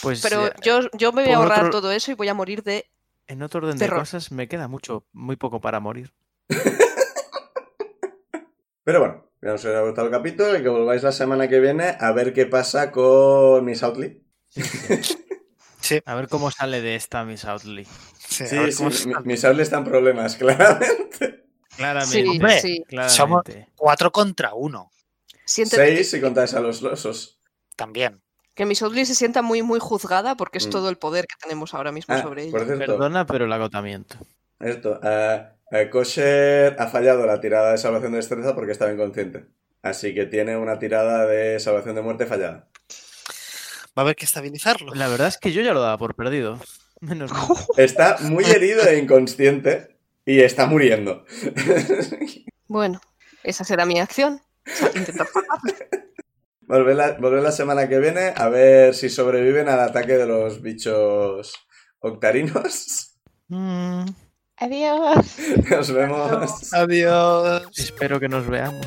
Speaker 3: Pues
Speaker 4: Pero
Speaker 3: eh,
Speaker 4: yo, yo me voy a
Speaker 3: por
Speaker 4: ahorrar
Speaker 3: otro-
Speaker 4: todo eso y voy a morir de...
Speaker 3: en otro orden de
Speaker 4: terror.
Speaker 3: cosas me queda mucho, muy poco para morir.
Speaker 1: Pero bueno, ya os ha gustado el capítulo y que volváis la semana que viene a ver qué pasa con Miss Outley.
Speaker 6: Sí,
Speaker 3: A ver cómo sale de esta Miss Outley.
Speaker 6: sí. Eh, a
Speaker 1: Sí,
Speaker 6: ver
Speaker 1: sí,
Speaker 6: cómo se-
Speaker 1: mi- mis sables están problemas, claramente.
Speaker 3: Claramente.
Speaker 4: Sí,
Speaker 6: Hombre,
Speaker 4: sí.
Speaker 3: claramente.
Speaker 6: somos- Cuatro contra uno.
Speaker 4: Siente
Speaker 1: Seis si contáis a los losos.
Speaker 6: También.
Speaker 4: que Miss Audley se sienta muy, muy juzgada porque es
Speaker 1: Mm.
Speaker 4: todo el poder que tenemos ahora mismo
Speaker 1: Ah,
Speaker 4: sobre
Speaker 1: por
Speaker 4: ella.
Speaker 1: cierto,
Speaker 3: Perdona, pero el agotamiento.
Speaker 1: esto. ah, eh, Kosher ha fallado la tirada de salvación de destreza porque estaba inconsciente. Así que tiene una tirada de salvación de muerte fallada.
Speaker 6: Va a haber que estabilizarlo.
Speaker 3: La verdad es que yo ya lo daba por perdido. Menos mal.
Speaker 1: Está muy herido e inconsciente y está muriendo.
Speaker 4: Bueno, esa será mi acción. O sea, intentar salvarla.
Speaker 1: Volver la, volved la semana que viene a ver si sobreviven al ataque de los bichos octarinos.
Speaker 3: Mm,
Speaker 2: Adiós.
Speaker 1: Nos vemos.
Speaker 6: Adiós.
Speaker 3: espero que nos veamos.